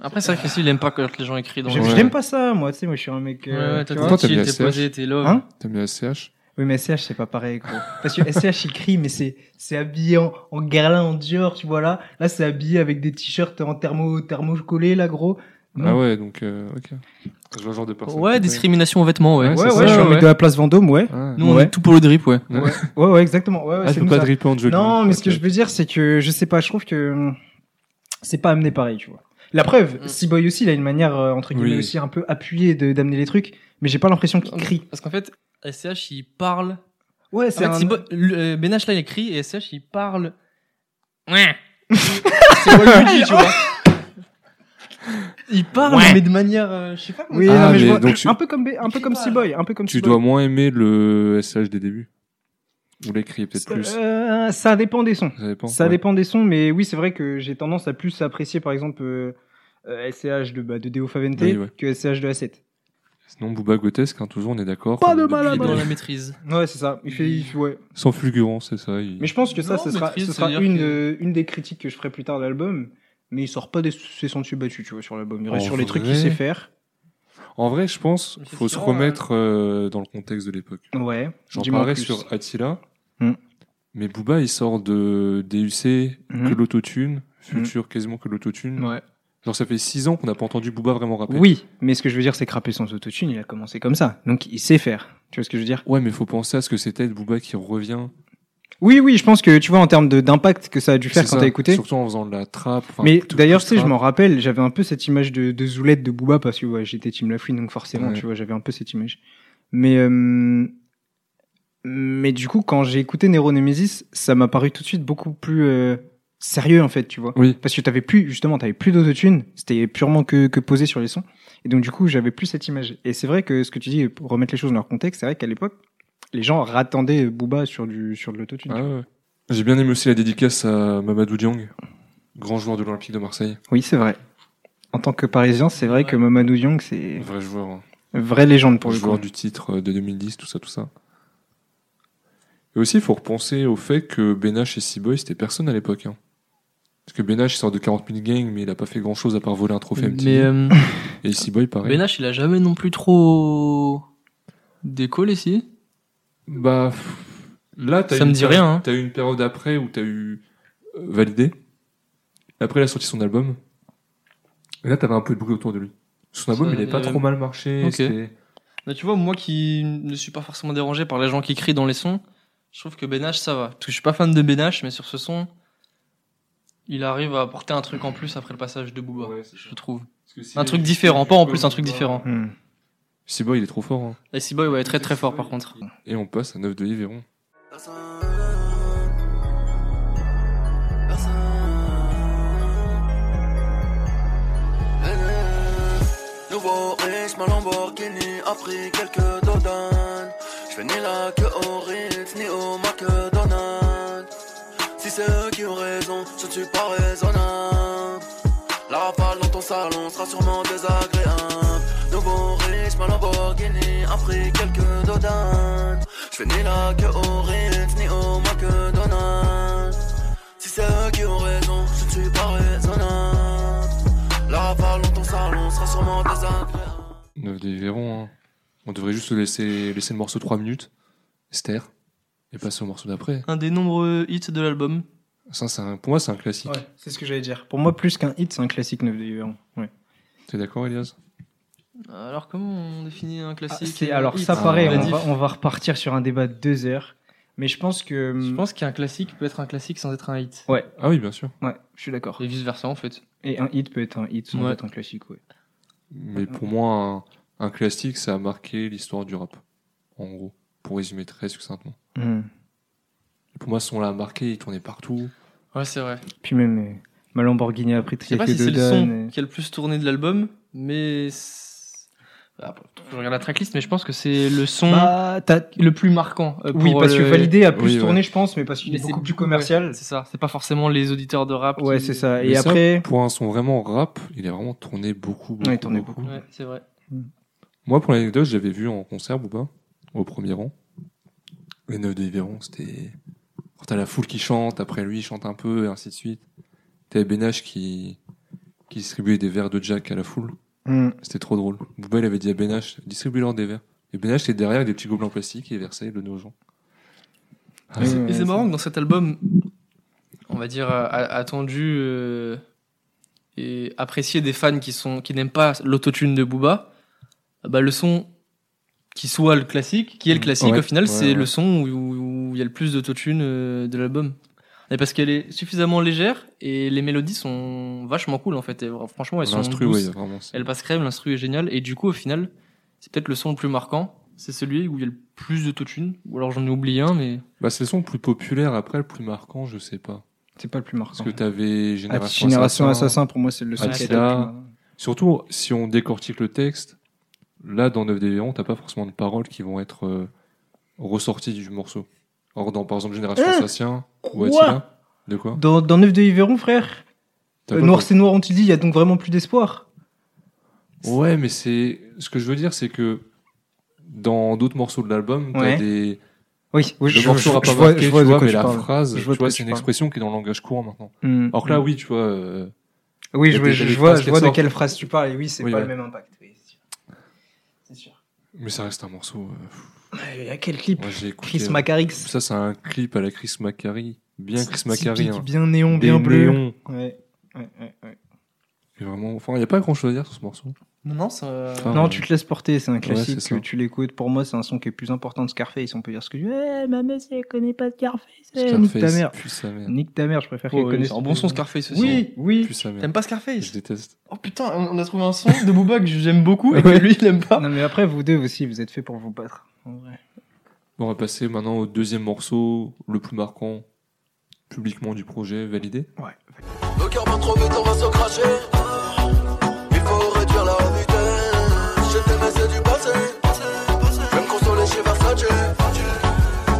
Après, c'est vrai que si, il aime pas quand les gens écrivent dans J'ai- le- Ouais. je l'aime pas ça, moi, tu sais, moi, je suis un mec. Ouais, euh, ouais, tu toi, vois. Toi, t'es t'as mis chill, la t'es CH. posé, t'es love. Hein T'as mis ACH oui, mais SCH, c'est pas pareil, gros. Parce que SCH, il crie, mais c'est, c'est habillé en, en Guerlain, en Dior, tu vois là. Là, c'est habillé avec des t-shirts en thermo, thermo collés, là, gros. Non. Ah ouais, donc euh, ok. Je vois le genre de personne. Ouais, qui- discrimination aux vêtements, ouais. Ouais, Ouais, c'est ça, ouais, je suis un ouais. mec de la place Vendôme, ouais. Ah, Nous, on Ouais. est tout pour le drip, ouais. Ouais. Ouais, ouais, exactement. Ouais, ouais, Ah, je c'est peux nous, pas ça. dripper en jeu. Non, mais ce que je veux dire, c'est que je sais pas, je trouve que hum, c'est pas amené pareil, tu vois. La preuve, Mm. C-Boy aussi, il a une manière, euh, entre guillemets, Oui. aussi un peu appuyée de- d'amener les trucs, mais j'ai pas l'impression qu'il crie. Parce qu'en fait, SCH, il parle. Ouais, En c'est fait, un... c'est bo- le- euh, Benach, là, il écrit et SCH, il parle. Ouais. c'est moi le dis, tu vois. Il parle, Ouais. mais de manière. euh, je sais pas. Oui, Ah, non, mais je mais vois. donc tu- Un peu comme, B- un peu comme C-Boy, un peu comme Tu C-Boy. dois moins aimer le SCH des débuts. Vous l'écrivez peut-être plus. Euh, ça dépend des sons. Ça dépend. Ça ouais. dépend des sons, mais oui, c'est vrai que j'ai tendance à plus apprécier, par exemple, euh, euh, SCH de, bah, de Deo Favente Oui, ouais. que SCH de A7. Sinon, Booba Grotesque, hein, toujours, on est d'accord. Pas de hein. depuis- mal à Il est dans mal. la maîtrise. Ouais, c'est ça. Il fait, il fait- ouais. Sans fulgurance, c'est ça. il- Mais je pense que ça, Non, ce mais sera, triste, ce sera c'est-à-dire une, que- euh, une des critiques que je ferai plus tard de l'album. Mais il sort pas des, ses sentiers battus, tu vois, sur l'album. Il reste En sur les trucs qu'il vrai sait faire. En vrai, je pense Mais c'est faut se sûr, remettre euh, dans le contexte de l'époque. Ouais. J'en dis-moi parlais plus. sur Attila, Hmm. mais Booba, il sort de DUC, que Mhm. l'autotune, futur quasiment que l'autotune. Hmm. Ouais. Genre, ça fait 6 ans qu'on n'a pas entendu Booba vraiment rapper. Oui, mais ce que je veux dire, c'est que rapper sans autotune, il a commencé comme ça. Donc il sait faire. Tu vois ce que je veux dire Ouais, mais faut penser à ce que c'était de Booba qui revient Oui, oui, je pense que tu vois en termes de- d'impact que ça a dû faire C'est quand ça, t'as écouté. Surtout en faisant de la trappe. enfin, Mais tout- d'ailleurs, tout tu sais, je trap. m'en rappelle, j'avais un peu cette image de, de Zoulette de Booba parce que ouais, j'étais Team Lafouine, donc forcément, Ouais. tu vois, j'avais un peu cette image. Mais, euh, mais du coup, quand j'ai écouté Nero Nemesis, ça m'a paru tout de suite beaucoup plus euh, sérieux en fait, tu vois. Oui. Parce que t'avais plus, justement, t'avais plus d'autotune, c'était purement que, que posé sur les sons. Et donc, du coup, j'avais plus cette image. Et c'est vrai que ce que tu dis, pour remettre les choses dans leur contexte, c'est vrai qu'à l'époque, les gens rattendaient Booba sur, du, sur de l'autotune. Ah ouais. J'ai bien aimé aussi la dédicace à Mamadou Diang, grand joueur de l'Olympique de Marseille. Oui, c'est vrai. En tant que parisien, c'est vrai que Mamadou Diong, c'est Vrai joueur. hein. vraie légende pour le joueur coup. du titre euh, de 2010, tout ça, tout ça. Et aussi, il faut repenser au fait que Benache et Seaboy, c'était personne à l'époque. hein. Parce que Benache, il sort de 40 000 gangs, mais il a pas fait grand chose à part voler un trophée MTV. Mais euh, Et Seaboy, pareil. Benach, il a jamais non plus trop euh, décollé, si Bah, pff, là, t'as Ça une me dit période- rien, hein. T'as eu une période après où t'as eu euh, validé. Après, il a sorti son album. Et là, t'avais un peu de bruit autour de lui. Son album, Ça, il est pas euh, trop mal marché. ok. c'était- Bah, tu vois, moi qui ne suis pas forcément dérangé par les gens qui crient dans les sons, je trouve que Benach, ça va. Parce que je suis pas fan de Benach, mais sur ce son, il arrive à apporter un truc en plus après le passage de Booba, Ouais, c'est ça. je trouve. Parce que si Un les- truc différent, pas en plus, un truc différent. Hmm. Seaboy, il est trop fort. hein. Et Seaboy, ouais, très très fort par contre. Et on passe à 9 de Yveron. Personne. Personne. Eh, Nouveau riche, ma Lamborghini a pris quelques dodanes. Je fais ni la queue au Ritz, ni au McDonald's. Si c'est eux qui ont raison, je ne suis pas raisonnable. La rafale dans ton salon sera sûrement désagréable. Nouveau riche, ma Lamborghini a pris quelques dodanes. Je fais ni la queue au Ritz, ni au McDonald's. Si c'est eux qui ont raison, je ne suis pas raisonnable. La rafale dans ton salon sera sûrement désagréable. 9 des verrons. hein. On devrait juste laisser, laisser le morceau 3 minutes, Esther, et passer au morceau d'après. Un des nombreux hits de l'album. Ça, c'est un- pour moi, c'est un classique. Ouais, c'est ce que j'allais dire. Pour moi, plus qu'un hit, c'est un classique 9 de Yveron. Ouais. T'es d'accord, Elias Alors, comment on définit un classique Ah, C'est- alors, hit ça, Ah, pareil, ouais. on va, on va repartir sur un débat de deux heures. Mais je pense que. hmm, Je pense qu'un classique peut être un classique sans être un hit. Ah oui, bien sûr. Ouais, je suis d'accord. Et vice versa, en fait. Et un hit peut être un hit sans Ouais. être un classique, ouais. Mais pour moi, un, un classique, ça a marqué l'histoire du rap. En gros, pour résumer très succinctement. Hmm. Et pour moi, ce son l'a marqué, il tournait partout. Ouais, c'est vrai. Puis même, euh, ma Lamborghini a pris euh. Je sais pas quelques si c'est le son dodanes. qui a le plus tourné de l'album, mais. c'est- Ah, bon, je regarde la tracklist, mais je pense que c'est le son Bah, t'as- le plus marquant. euh, Oui, pour, parce que euh, Validé a plus oui, ouais. tourné, je pense, mais parce qu'il Mais est c'est beaucoup plus beaucoup- commercial. C'est ça, c'est pas forcément les auditeurs de rap. Ouais, qui- c'est ça. Mais Et ça, après. Pour un son vraiment rap, il est vraiment tourné beaucoup. beaucoup Ouais, il tournait beaucoup. Ouais, c'est vrai. Moi, pour l'anecdote, j'avais vu en concert Booba, au premier rang. Les 9 de Yveron, c'était. Alors, T'as la foule qui chante, après lui, il chante un peu, et ainsi de suite. T'avais Benach qui... qui distribuait des verres de Jack à la foule. Hmm. C'était trop drôle. Booba, il avait dit à Benach, distribue-leur des verres. Et Benach était derrière avec des petits gobelets en plastique et il versait, il donnait aux gens. Ah, Ouais, c'est- ouais, Et ouais, c'est marrant que dans cet album, on va dire euh, a- attendu euh, et apprécié des fans qui sont qui n'aiment pas l'autotune de Booba, bah le son qui soit le classique, qui est le classique Ouais, au final, ouais, c'est ouais. le son où- où où il y a le plus d'autotune euh, de l'album. Et parce qu'elle est suffisamment légère et les mélodies sont vachement cool en fait. Et, euh, franchement, elles sont L'instru, douces. ouais, vraiment. c'est- Elle passe crème, l'instru est génial. Et du coup, au final, c'est peut-être le son le plus marquant. C'est celui où il y a le plus d'autotune. Ou alors j'en ai oublié un, mais. Bah, c'est le son le plus populaire, après, le plus marquant, je sais pas. C'est pas le plus Parce marquant. que t'avais Génération, Ah, Génération Assassin. Assassin, pour moi, c'est le son Ah, qui a c'est été le là. plus marquant. Surtout, si on décortique le texte, là, dans 9 des t'as pas forcément de paroles qui vont être euh, ressorties du morceau. Or, dans, par exemple, Génération Hein Assassin, ou Quoi Attila, de quoi Dans, dans 9 de Yveron, frère, T'as euh, pas- noir c'est noir, on te dit, il y a donc vraiment plus d'espoir. Ouais, mais c'est... Ce que je veux dire, c'est que dans d'autres morceaux de l'album, t'as Ouais. des... Oui, oui, le morceau aura pas vois- marqué, je vois tu de vois, quoi mais tu la parles. phrase, Je tu vois vois, de quoi c'est tu une parles. expression qui est dans le langage courant maintenant. Hmm. Alors que là, Hmm. oui, tu vois, euh, oui, il y a je, des- je des vois, phrases je qui vois de ressortent. quelle phrase tu parles, et oui, c'est Oui, pas ouais. le même impact. Oui, c'est sûr. C'est sûr. mais ça reste un morceau. euh, Ouais, à quel clip moi, j'ai écouté. Chris euh, Macarix. ça, c'est un clip à la Chris Macari. Bien Chris Macari. Typique, hein. Bien néon, Des bien bleu. néons. Ouais. Ouais, ouais, ouais. Et vraiment, enfin, il n'y a pas grand chose à dire sur ce morceau. Non, ça. euh, Enfin, Non, Ah. ouais. tu te laisses porter, c'est un classique, c'est ça. tu l'écoutes. Pour moi, c'est un son qui est plus important de Scarface. On peut dire ce que tu veux. Eh, ma meuf, elle connaît pas Scarface. eh, Nique ta Scarface, mère. pue sa mère. Nique ta mère, je préfère ouais, qu'elle connaisse. c'est un bon son Scarface aussi. Oui, Euh, Oui, Pue oui. sa mère. T'aimes pas Scarface Je déteste. Oh putain, on on a trouvé un son de Booba que j'aime beaucoup et que Ouais. lui il aime pas. Non, mais après, vous deux aussi, vous êtes faits pour vous battre. en vrai. Bon, on va passer maintenant au deuxième morceau, le plus marquant publiquement du projet, validé. Le cœur va trop vite, on va se cracher. Il faut réduire la vitesse. J'ai t'aimais, c'est du passé. Je vais me consoler chez Versace.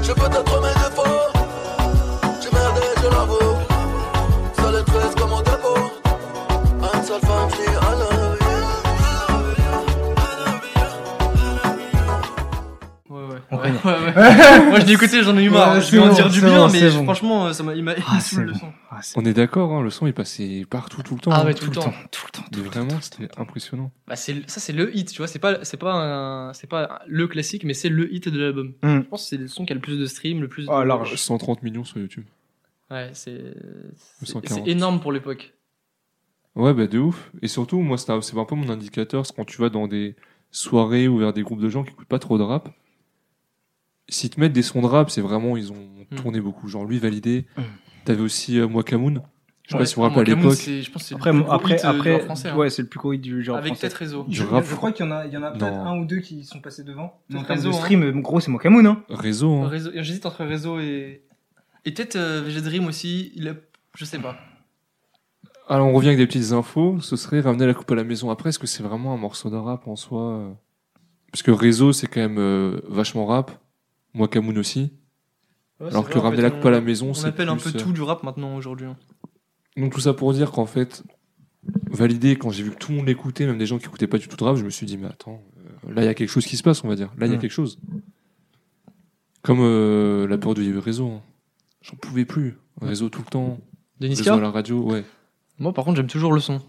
J'ai peut-être mes défauts. J'ai merdé, je l'avoue. Ça les tresse comme un dépôt. À une seule femme, je dis I love Ouais, ouais. On ouais, connaît. ouais, ouais. Moi je l'ai écouté, j'en ai eu marre. Ouais, je c'est vais en bon, dire du c'est bien, bon, mais c'est bon. franchement, euh, ça m'a, il m'a il Ah, me saoule c'est le bon. son. Ah, c'est On est d'accord, hein, le son est passé partout tout le temps. Ah ouais, hein. tout le temps. tout le temps. Mais Vraiment, c'était impressionnant. Bah, c'est, le- ça c'est le hit, tu vois. C'est pas, c'est pas, un- c'est pas le classique, mais c'est le hit de l'album. Hum. Je pense que c'est le son qui a le plus de stream, le plus. de- Ah, large. 130 millions sur YouTube. Ouais, c'est, c'est, 140. c'est énorme pour l'époque. Ouais, bah de ouf. Et surtout, moi, c'est un c'est un peu mon indicateur. C'est quand tu vas dans des soirées ou vers des groupes de gens qui écoutent pas trop de rap. S'ils te mettent des sons de rap, c'est vraiment, ils ont Mm. tourné beaucoup. Genre, lui, validé. Mm. T'avais aussi euh, Mwakamoun. Je sais Ouais, pas si vous vous Cameroun, rappelez à l'époque. c'est- Je pense que c'est Après, le plus gros après, hit, euh, du après, rap français, hein. ouais, c'est le plus gros hit du genre avec français. peut-être réseau. Du Je, rap. je crois qu'il y en a, il y en a peut-être Non. un ou deux qui sont passés devant. Mais en Peut-être termes de réseau, stream, euh, gros, c'est Mokamoun, hein. Réseau, hein. Réseau- J'hésite entre réseau et. Et peut-être euh, VG Dream aussi, il a... je sais pas. Alors, on revient avec des petites infos. Ce serait ramener la coupe à la maison. Après, est-ce que c'est vraiment un morceau de rap en soi euh Parce que Réseau, c'est quand même euh, vachement rap. Mwakamoun aussi. Alors que ramener la coupe à la maison, On c'est. appelle un peu plus, euh, tout du rap maintenant aujourd'hui. hein. Donc tout ça pour dire qu'en fait, validé, quand j'ai vu que tout le monde l'écoutait, même des gens qui écoutaient pas du tout de rap, je me suis dit, mais attends, euh, là il y a quelque chose qui se passe, on va dire. Là il y a Mm. quelque chose. Comme euh, la période où il y a eu réseau. hein. J'en pouvais plus. Réseau tout le temps. Denis Réseau à la radio, ouais. Moi par contre j'aime toujours le son.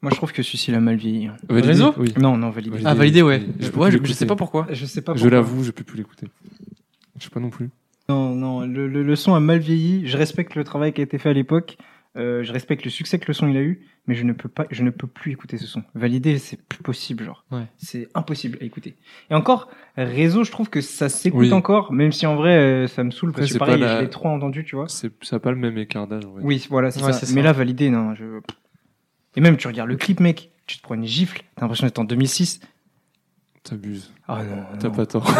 Moi, je trouve que celui-ci, il a mal vieilli. hein. Validé, Réseau Oui. Non, non, validé. Ah validé ouais. Je peux ouais plus je, je sais l'écouter. pas pourquoi. Je sais pas. Je l'avoue, je peux plus l'écouter. Je sais pas non plus. Non, non, le, le, le son a mal vieilli. Je respecte le travail qui a été fait à l'époque. Euh, je respecte le succès que le son il a eu, mais je ne peux pas, je ne peux plus écouter ce son. Valider, c'est plus possible, genre. Ouais. C'est impossible à écouter. Et encore, réseau, je trouve que ça s'écoute Oui. encore, même si en vrai, euh, ça me saoule Après, parce que c'est pareil, pas la- je l'ai trop entendu, tu vois. C'est, ça a pas le même écart d'âge. en fait. Oui, voilà, c'est Ouais, ça. c'est Mais ça. là, valider, non, je. Et même, tu regardes le clip, mec, tu te prends une gifle. T'as l'impression d'être en 2006. T'abuses. Ah non, T'as non. pas tort.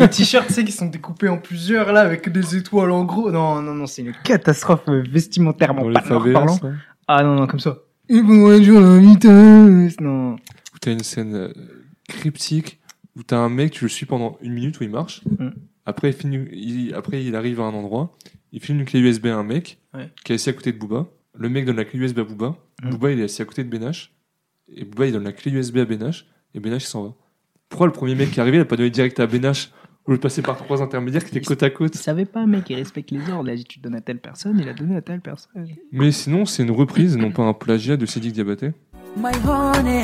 les t-shirts, tu sais, qui sont découpés en plusieurs, là, avec des étoiles en gros. Non, non, non, c'est une catastrophe euh, vestimentairement Dans les par- parlant. favelas, là, Ah non, non, comme ça. Et bon, un jour, la mitose. Non. où t'as une scène euh, cryptique où t'as un mec, tu le suis pendant une minute où il marche. Mm. Après, il, finit- il- après, il arrive à un endroit, il file une clé USB à un mec Ouais. qui est assis à côté de Booba. Le mec donne la clé USB à Booba. Mm. Booba, il est assis à côté de Benache. Et Booba, il donne la clé USB à Benache. Et Benache, il s'en va. Pourquoi le premier mec qui est arrivé, il a pas donné direct à Benache au lieu de passer par trois intermédiaires qui étaient côte à Tu côte savais pas, mec, il respecte les ordres. Il a dit, tu donnes à telle personne, il a donné à telle personne. Mais sinon, c'est une reprise, non pas un plagiat de Sidique Diabaté. My honey,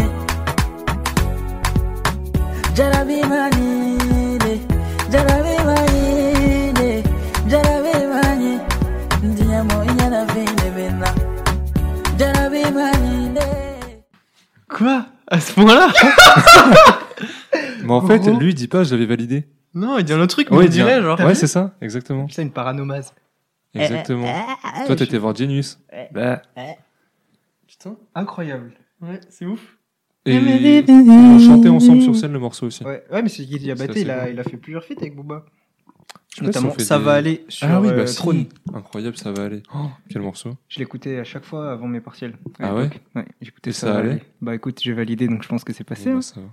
jarabe manine, jarabe manine, jarabe mani, ndiya mo inyana vene bena, jarabe manine. Quoi À ce point-là Mais en fait, Gros. lui, il dit pas, je l'avais validé. Non il dit un autre truc mais on il dit un- dirait genre. Ouais, c'est ça, exactement. Ça, une paranomase. Eh, Exactement. Ah, Toi, t'étais voir Genius. Bah. Putain. Incroyable. Ouais c'est ouf. Et ils ont chanté ensemble sur scène le morceau aussi. Ouais, ouais mais c'est Guy Diabaté, C'est il a, assez il a fait plusieurs feats avec Booba. Je sais pas si on Notamment, fait ça des- va aller sur Ah oui, bah euh, si. Trône. Incroyable, ça va aller. Oh, Quel morceau Je l'écoutais à chaque fois avant mes partiels. à Ah ouais l'époque. Ouais, j'écoutais Et ça. ça allait. allait Bah écoute, j'ai validé, donc je pense que c'est passé. Bon, hein. bah, ça va.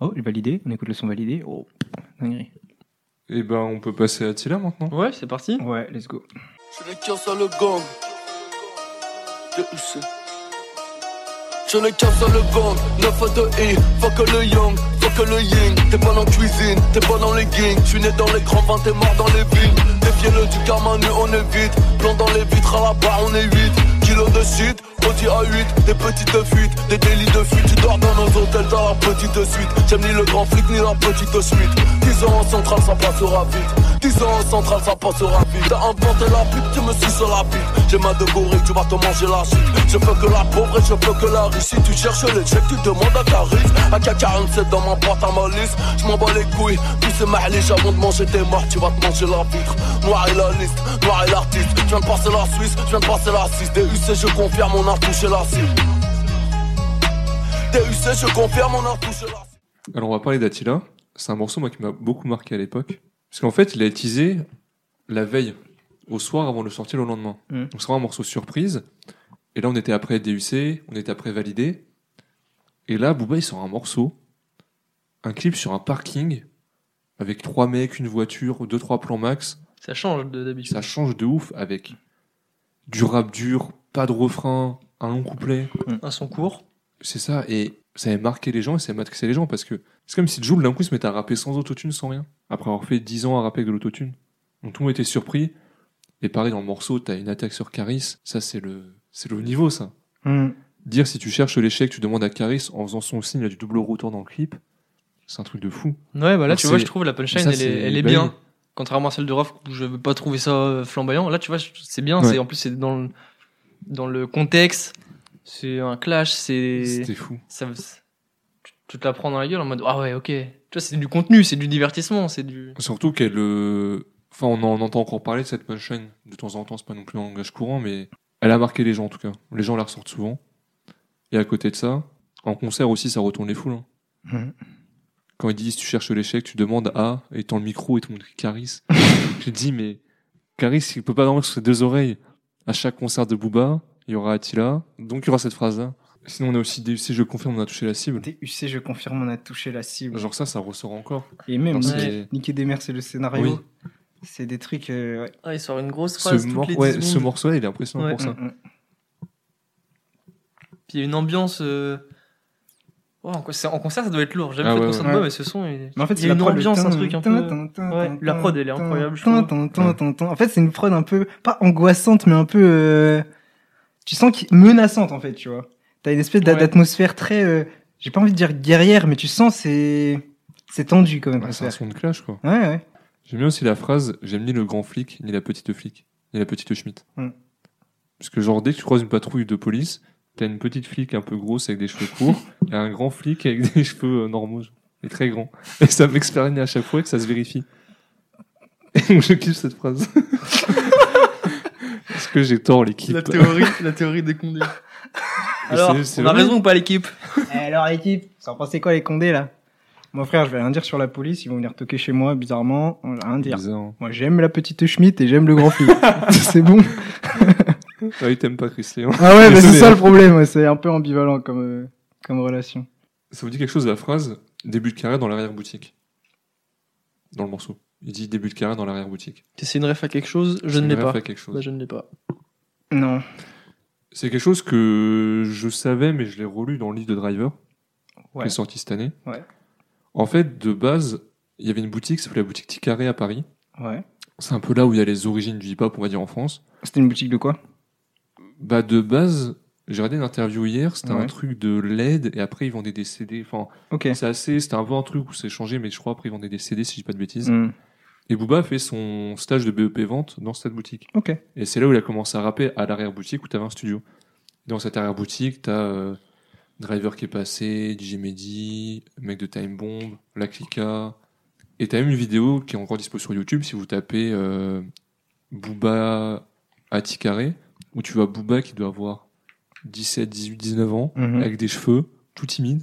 Oh, j'ai validé, on écoute le son validé. Oh, dinguerie. Et ben, on peut passer à Attila maintenant. Ouais c'est parti. Ouais, let's go. Je ne qu'un seul gang. De UC. Je n'ai qu'un seul gang. 9 de I. Faut que le yang, faut que le yin. T'es pas dans la cuisine, t'es pas dans les gangs. Tu n'es dans les grands vins, t'es mort dans les villes. Défiez-le du karma, nous on est vite. Blanc dans les vitres, à la barre on est 8. Kilo de shit, Audi A8. Des petites fuites, des délits de fuite. Tu dors dans nos hôtels, t'as la petite suite. J'aime ni le grand flic, ni la petite suite. 10 ans en centrale, ça passera vite. 10 ans en centrale, ça passera vite. T'as inventé la pipe, tu me suis sur la pipe. J'ai ma de gorille, tu vas te manger la chute. Je veux que la pauvre et je veux que la riche. Si tu cherches les chèques, tu demandes à ta riche. AK-47 dans ma boîte à malice. Je m'en bats les couilles, tous ces maliche avant de manger tes morts. Tu vas te manger la vitre. Noir et la liste, noir et l'artiste. Je viens de passer la Suisse, je viens de passer la 6. DUC, je confirme, on a touché la cible. DUC, je confirme, on a touché la cible. Alors on va parler d'Attila. C'est un morceau moi, qui m'a beaucoup marqué à l'époque. Parce qu'en fait, il a été teasé la veille, au soir avant de le sortir le lendemain. Mm. Donc c'est vraiment un morceau surprise. Et là, on était après DUC, on était après Validé. Et là, Booba, il sort un morceau, un clip sur un parking, avec trois mecs, une voiture, deux, trois plans max. Ça change de d'habitude. Ça change de ouf avec du rap dur, pas de refrain, un long couplet. Un son court. C'est ça, et ça avait marqué les gens et ça a marqué les gens parce que c'est comme si Jules d'un coup il se mettait à rapper sans autotune, sans rien, après avoir fait 10 ans à rapper avec de l'autotune. Donc tout le monde était surpris. Et pareil, dans le morceau, t'as une attaque sur Caris, ça c'est le c'est le haut niveau ça. Hmm. Dire si tu cherches l'échec, tu demandes à Caris en faisant son signe, il y a du double retour dans le clip, c'est un truc de fou. Ouais, bah là, Donc tu vois, c'est- je trouve la punchline, ça, elle, c'est est, elle est dingue. bien. Contrairement à celle de Rof, où je veux pas trouver ça euh, flamboyant. Là, tu vois, je- c'est bien. Ouais. C'est En plus, c'est dans le, dans le contexte. C'est un clash. C'est. C'était fou. ça tu- Tu te la prends dans la gueule en mode Ah ouais, ok. Tu vois, c'est du contenu, c'est du divertissement. C'est du. Surtout qu'elle. euh, Enfin, on en entend encore parler de cette punchline de temps en temps, c'est pas non plus un langage courant, mais elle a marqué les gens en tout cas. Les gens la ressortent souvent. Et à côté de ça, en concert aussi, ça retourne les foules. hein. Hum. Mhm. Quand ils disent tu cherches l'échec, tu demandes à, et tends le micro et tout le monde crie Caris. Je dis, mais Caris, il peut pas dormir sur ses deux oreilles. À chaque concert de Booba, il y aura Attila, donc il y aura cette phrase-là. Sinon, on a aussi DUC, je confirme, on a touché la cible. DUC, je confirme, on a touché la cible. Genre ça, ça ressort encore. Et même, Genre, Ouais. c'est- Niquer des mères, c'est le scénario. Oui. C'est des trucs. euh, ouais. Ah, il sort une grosse Ce, phrase. toutes mor- les ouais, 10 ce secondes. morceau-là, il est impressionnant Ouais. pour ça. Mm, mm. Puis il y a une ambiance. euh, ouais, en, co- c'est- en concert, ça doit être lourd. J'ai jamais Ah fait de ouais, concert ouais. de moi, mais ce son. il- Mais en fait, Il y c'est a la une prod, le ambiance, un tin, truc un tin, peu- tin, tin, ouais, tin, la prod, elle est tin, incroyable, je tin, trouve. tin, tin, tin, tin. En fait, c'est une prod un peu, pas angoissante, mais un peu. euh, tu sens qu'il menaçante, en fait, tu vois. T'as une espèce d'a- Ouais. d'atmosphère très. euh, J'ai pas envie de dire guerrière, mais tu sens c'est. C'est tendu quand même. Ouais, c'est un l'atmosphère. son de clash, quoi. Ouais, ouais. J'aime bien aussi la phrase J'aime ni le grand flic, ni la petite flic, ni la petite schmitt. Mm. Parce que, genre, dès que tu croises une patrouille de police, t'as une petite flic un peu grosse avec des cheveux courts, et un grand flic avec des cheveux euh, normaux, genre, et très grands. Et ça m'expérimente à chaque fois que ça se vérifie. Et donc, je kiffe cette phrase. Parce que j'ai tort, l'équipe. La théorie, la théorie des condés. Mais Alors, c'est- c'est on a vrai. raison ou pas l'équipe Eh, Alors l'équipe, vous en pensez quoi les condés là Mon frère, je vais rien dire sur la police, ils vont venir toquer chez moi bizarrement, on va rien dire. Bizarre. hein. Moi j'aime la petite Schmitt et j'aime le grand flic. c'est bon. Ah, il t'aime pas, Chris Léon. Ah ouais, mais Désolé, c'est ça hein. le problème, ouais, c'est un peu ambivalent comme, euh, comme relation. Ça vous dit quelque chose la phrase début de carrière dans l'arrière-boutique Dans le morceau. Il dit début de carrière dans l'arrière-boutique. C'est une ref à quelque chose, je Ça ne me l'ai pas. rappelle quelque chose. Bah, je ne l'ai pas. Non. C'est quelque chose que je savais, mais je l'ai relu dans le livre de Driver, Ouais. qui est sorti cette année. Ouais. En fait, de base, il y avait une boutique, qui s'appelait la boutique Ticaré à Paris. Ouais. C'est un peu là où il y a les origines du hip-hop, on va dire, en France. C'était une boutique de quoi Bah, de base, j'ai regardé une interview hier, c'était un Ouais. truc de LED, et après, ils vendaient des CD. Enfin, Ok. c'est assez, c'était un peu un truc où c'est changé, mais je crois après, ils vendaient des CD, si je dis pas de Mm. bêtises. Hmm. Et Booba a fait son stage de BEP vente dans cette boutique. Ok. Et c'est là où il a commencé à rapper à l'arrière-boutique où t'avais un studio. Dans cette arrière-boutique, t'as euh, Driver qui est passé, DJ Mehdi, le mec de Time Bomb, La Clica. Et t'as même une vidéo qui est encore dispo sur YouTube si vous tapez euh, Booba Aticaré, où tu vois Booba qui doit avoir 17, 18, 19 ans, Mhm. avec des cheveux, tout timide,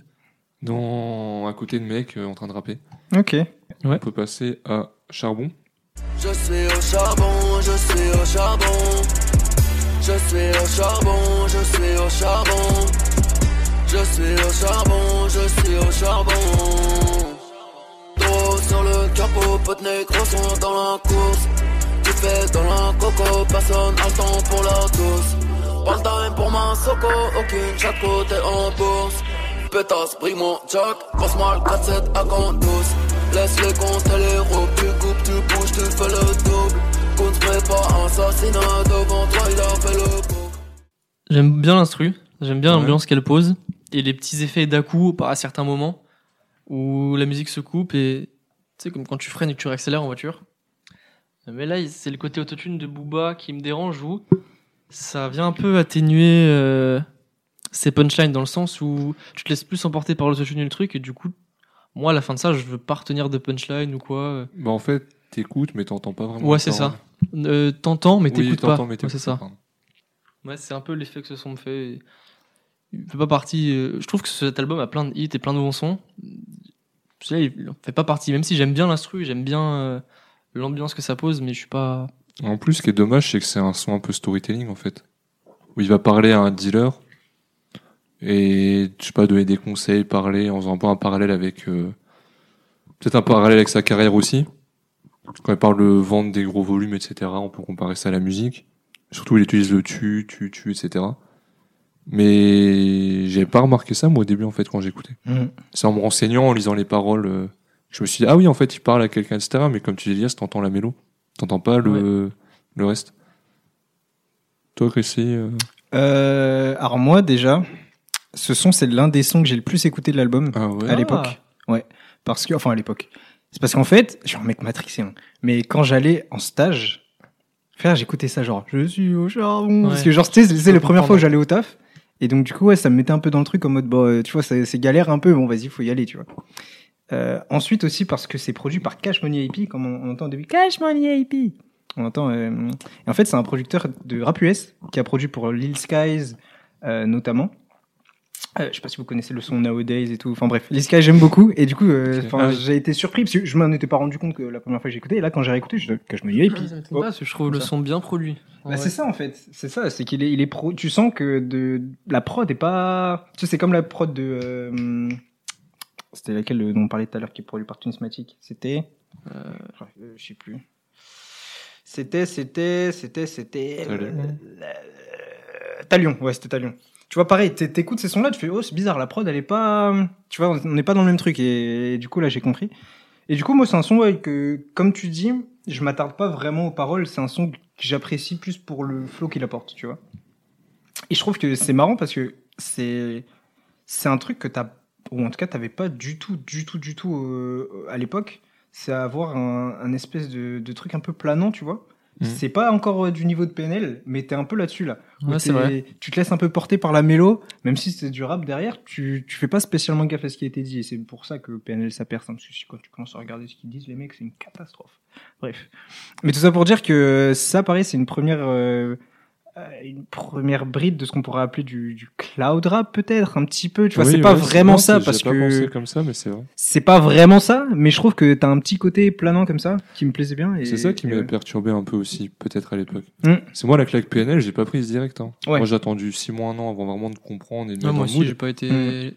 dans, à côté de mec euh, en train de rapper. Ok. On peut passer à Charbon. Je suis au charbon, je suis au charbon. Je suis au charbon, je suis au charbon. Je suis au charbon, je suis au charbon. Dos sur le capot, potes négros sont dans la course. Tu fais dans la coco, personne n'a le temps pour la douce. Pas le time pour ma soco, aucune chaque côté en bourse. Pétasse, brille mon jack, grosse mal 4-7 à compte douce. Laisse les comptes et les robes, tu coupes, tu bouges, tu fais le double. Compte prépare un assassinat devant toi, il a fait le coup. J'aime bien l'instru, j'aime bien Ouais. l'ambiance qu'elle pose et les petits effets d'à coup par à certains moments où la musique se coupe et tu sais comme quand tu freines et que tu réaccélères en voiture. Mais là, il- c'est le côté autotune de Booba qui me dérange où Ça vient un peu atténuer euh, ces punchlines dans le sens où tu te laisses plus emporter par l'autotune et le truc, et du coup, moi, à la fin de ça, je veux pas retenir de punchline ou quoi. euh. Bah, en fait, t'écoutes, mais t'entends pas vraiment. Ouais, les c'est paroles. ça. Euh, t'entends, mais Oui, t'écoutes pas. t'entends, mais Ouais, t'écoutes c'est ça. pas, pardon. Ouais, c'est un peu l'effet que ce son me fait. Il fait pas partie. euh, Je trouve que cet album a plein de hits et plein de bons sons. Celui-là, il en fait pas partie. Même si j'aime bien l'instru, j'aime bien euh, l'ambiance que ça pose, mais je suis pas. En plus, ce qui est dommage, c'est que c'est un son un peu storytelling, en fait. Où il va parler à un dealer et, je sais pas, donner des conseils, parler en faisant un peu un parallèle avec. euh, Peut-être un parallèle avec sa carrière aussi. Quand il parle de vendre des gros volumes, etc., on peut comparer ça à la musique. Surtout, il utilise le tu, tu, tu, etc. Mais j'ai pas remarqué ça, moi, au début, en fait, quand j'écoutais. Mhm. C'est en me renseignant, en lisant les paroles, euh, je me suis dit, ah oui, en fait, il parle à quelqu'un, etc. Mais comme tu dis, Elias, t'entends la mélo. T'entends pas le, le reste. Toi, Chrissy, euh, Euh, alors moi déjà, ce son c'est l'un des sons que j'ai le plus écouté de l'album ah ouais. à l'époque. Ouais, parce que enfin à l'époque, c'est parce qu'en fait, je suis un mec matrixé, hein. mais quand j'allais en stage, frère, j'écoutais ça genre je suis au charbon parce Ouais. que genre c'était c'est peux la première comprendre. fois où j'allais au taf et donc du coup ouais ça me mettait un peu dans le truc en mode bon euh, tu vois c'est c'est galère un peu bon vas-y faut y aller tu vois. Euh, ensuite aussi parce que c'est produit par Cash Money AP comme on, on entend au début Cash Money AP. On entend. euh, et en fait, c'est un producteur de rap US qui a produit pour Lil Skies euh, notamment. Euh, je sais pas si vous connaissez le son Nowadays et tout. Enfin bref, Lil Skies j'aime beaucoup et du coup, euh, Ok. enfin, Ah oui. j'ai été surpris parce que je m'en étais pas rendu compte que la première fois que j'ai écouté. Et là, quand j'ai réécouté, je, que je me dis et puis. oh. parce que je trouve le son bien produit. Bah, c'est ça en fait, c'est ça, c'est qu'il est, il est pro. Tu sens que de la prod est pas. Tu sais, c'est comme la prod de. euh, C'était laquelle euh, dont on parlait tout à l'heure qui est produite par Tunismatic C'était. Euh, je sais plus. C'était, c'était, c'était, c'était. Talion. Euh, Talion, ouais, c'était Talion. Tu vois, pareil, t'é- t'écoutes ces sons-là, tu fais, oh, c'est bizarre, la prod, elle est pas. Tu vois, on n'est pas dans le même truc, et, et du coup, là, j'ai compris. Et du coup, moi, c'est un son, ouais, que, comme tu dis, je m'attarde pas vraiment aux paroles, c'est un son que j'apprécie plus pour le flow qu'il apporte, tu vois. Et je trouve que c'est marrant parce que c'est. C'est un truc que t'as. Ou en tout cas, t'avais pas du tout, du tout, du tout euh, à l'époque c'est avoir un, un espèce de, de truc un peu planant, tu vois. Mhm. C'est pas encore euh, du niveau de PNL, mais t'es un peu là-dessus là. Où Ouais, c'est t'es- vrai. Tu te laisses un peu porter par la mélo, même si c'est du rap derrière, tu, tu fais pas spécialement gaffe à ce qui a été dit. Et c'est pour ça que PNL ça perd, hein, parce que si- quand tu commences à regarder ce qu'ils disent, les mecs, c'est une catastrophe. Bref. Mais tout ça pour dire que ça, pareil, c'est une première. euh, euh, une première bride de ce qu'on pourrait appeler du, du cloud rap peut-être un petit peu tu vois Oui, c'est pas ouais, vraiment non, ça j'ai parce pas que pensé comme ça, mais c'est vrai. c'est pas vraiment ça, mais je trouve que t'as un petit côté planant comme ça qui me plaisait bien. et- C'est ça qui et m'a ouais. perturbé un peu aussi, peut-être à l'époque. Mm. C'est moi, la claque PNL, j'ai pas prise direct. hein. Ouais. Moi, j'ai attendu 6 mois, 1 an avant vraiment de comprendre et de me mettre moi dans le aussi, mood. j'ai pas été